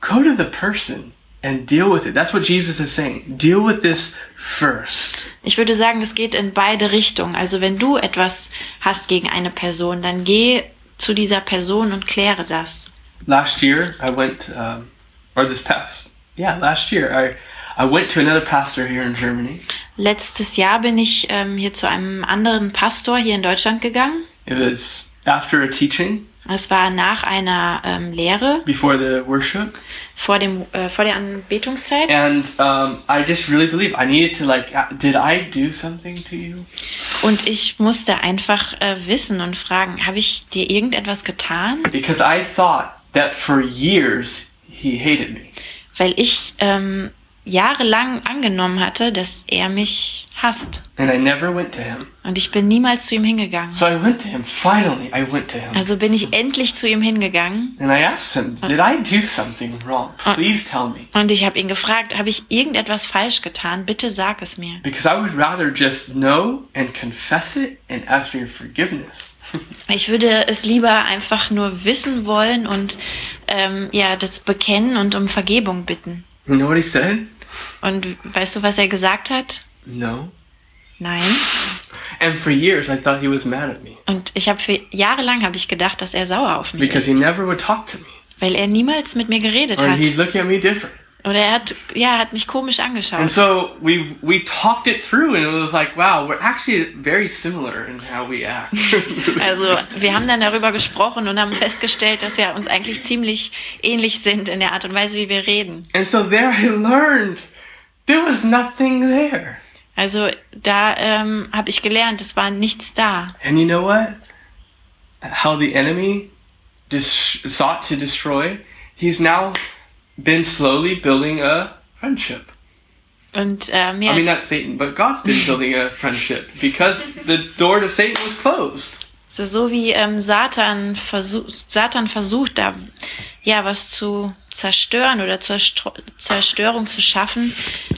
S2: go to the person and deal with it. That's what Jesus is saying. Deal with this first.
S5: Ich würde sagen, es geht in beide Richtungen. Also wenn du etwas hast gegen eine Person, dann geh zu dieser Person und kläre das.
S2: Last year, I went, um, or this past, yeah, last year, I, I went to another pastor here in Germany.
S5: Letztes Jahr bin ich ähm, hier zu einem anderen Pastor hier in Deutschland gegangen.
S2: It was after a teaching,
S5: Es war nach einer ähm, Lehre
S2: before the worship.
S5: vor, dem, äh, vor der Anbetungszeit.
S2: And um, I just really believe I needed to, like, a- did I do something to you?
S5: Und ich musste einfach äh, wissen und fragen, habe ich dir irgendetwas getan?
S2: Because I thought that for years he hated me.
S5: Weil ich ähm, jahrelang angenommen hatte, dass er mich hasst.
S2: And I never went to him.
S5: Und ich bin niemals zu ihm hingegangen.
S2: So I went to him. Finally, I went to him.
S5: Also bin ich endlich zu ihm hingegangen
S2: And I asked him, Did I do something wrong? Please tell me.
S5: und ich habe ihn gefragt, habe ich irgendetwas falsch getan? Bitte sag es mir.
S2: Because I would rather just know and confess it and ask for your forgiveness.
S5: Ich würde es lieber einfach nur wissen wollen und ähm, ja, das bekennen und um Vergebung bitten.
S2: You know what he said?
S5: Und weißt du, was er gesagt hat?
S2: No.
S5: Nein.
S2: And for years, I thought he was mad at me
S5: Und ich habe für jahrelang habe ich gedacht, dass er sauer auf mich
S2: because
S5: ist,
S2: he never would talk to me
S5: weil er niemals mit mir geredet
S2: or
S5: hat
S2: he'd look at me different.
S5: oder er hat ja hat mich komisch
S2: And
S5: angeschaut.
S2: so we we talked it through, and it was like, wow, we're actually very similar in how we act.
S5: Also wir haben dann darüber gesprochen und haben festgestellt, dass wir uns eigentlich ziemlich ähnlich sind in der Art und Weise, wie wir reden.
S2: and so there I learned there was nothing there.
S5: Also da ähm, habe ich gelernt, es war nichts da.
S2: And you know what? How the enemy dis- sought to destroy, he's now been slowly building a friendship.
S5: Und ähm, ja,
S2: I mean, not Satan, but God's been building a friendship because the door to Satan was closed.
S5: es ist so wie ähm, Satan, versuch, Satan versucht, da ja was zu zerstören oder zur Stro Zerstörung zu schaffen.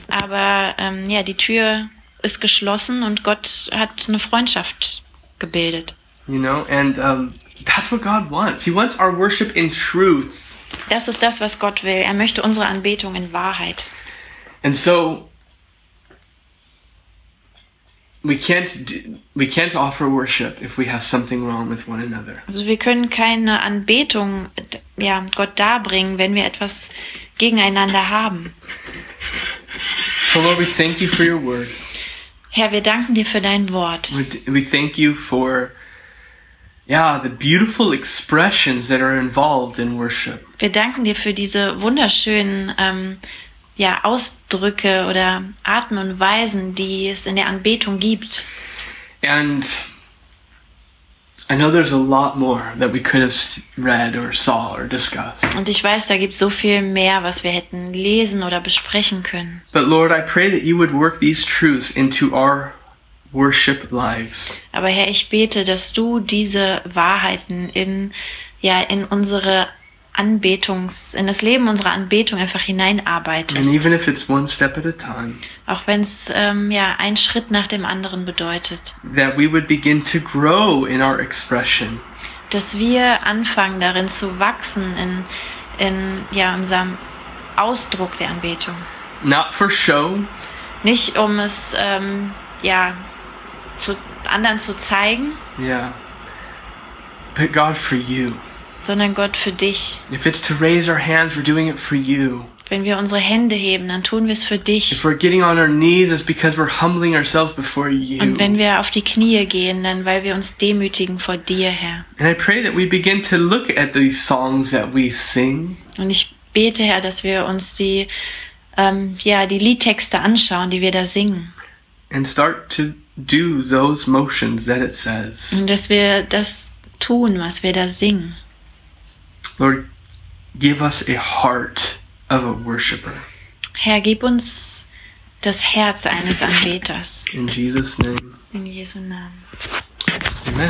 S5: Aber ähm, ja, die Tür ist geschlossen und Gott hat eine Freundschaft gebildet.
S2: You know, and um, that's what God wants. He wants our worship in truth.
S5: Das ist das, was Gott will. Er möchte unsere Anbetung in Wahrheit.
S2: And so we can't d- we can't offer worship if we have something wrong with one another.
S5: Also wir können keine Anbetung d- ja, Gott darbringen, wenn wir etwas gegeneinander haben.
S2: So Lord, we thank you for your word.
S5: Herr, wir danken dir für dein Wort.
S2: We, d- we thank you for yeah, the beautiful expressions that are involved in worship.
S5: Wir danken dir für diese wunderschönen ähm, ja, Ausdrücke oder Arten und Weisen, die es in der Anbetung gibt.
S2: And I know there's a lot more that we could have s- read or saw or discussed.
S5: Und ich weiß, da gibt es so viel mehr, was wir hätten lesen oder besprechen können.
S2: But Lord, I pray that you would work these truths into our worship lives.
S5: Aber Herr, ich bete, dass du diese Wahrheiten in, ja, in unsere Anbetungs, in das Leben unserer Anbetung einfach
S2: And
S5: hineinarbeitest.
S2: even if it's one step at a time,
S5: Auch wenn es ähm, ja ein Schritt nach dem anderen bedeutet.
S2: that we would begin to grow in our expression,
S5: Dass wir anfangen, darin zu wachsen, in, in ja, unserem Ausdruck der Anbetung.
S2: not for show,
S5: Nicht um es ähm, ja, zu anderen zu zeigen,
S2: yeah, but God for you.
S5: sondern Gott für dich.
S2: If it's to raise our hands, we're doing it for you.
S5: Wenn wir unsere Hände heben, dann tun wir es für dich.
S2: If we're getting on our knees, it's because we're humbling ourselves before you.
S5: Und wenn wir auf die Knie gehen, dann weil wir uns demütigen vor dir, Herr.
S2: and I pray that we begin to look at these songs that we sing
S5: Und ich bete, Herr, dass wir uns die, ähm, ja, die Liedtexte anschauen, die wir da singen.
S2: and start to do those motions that it says.
S5: Und dass wir das tun, was wir da singen.
S2: Lord, give us a heart of a worshiper.
S5: Herr, gib uns das Herz eines Anbeters.
S2: In Jesus' name,
S5: In Jesu Namen.
S2: amen.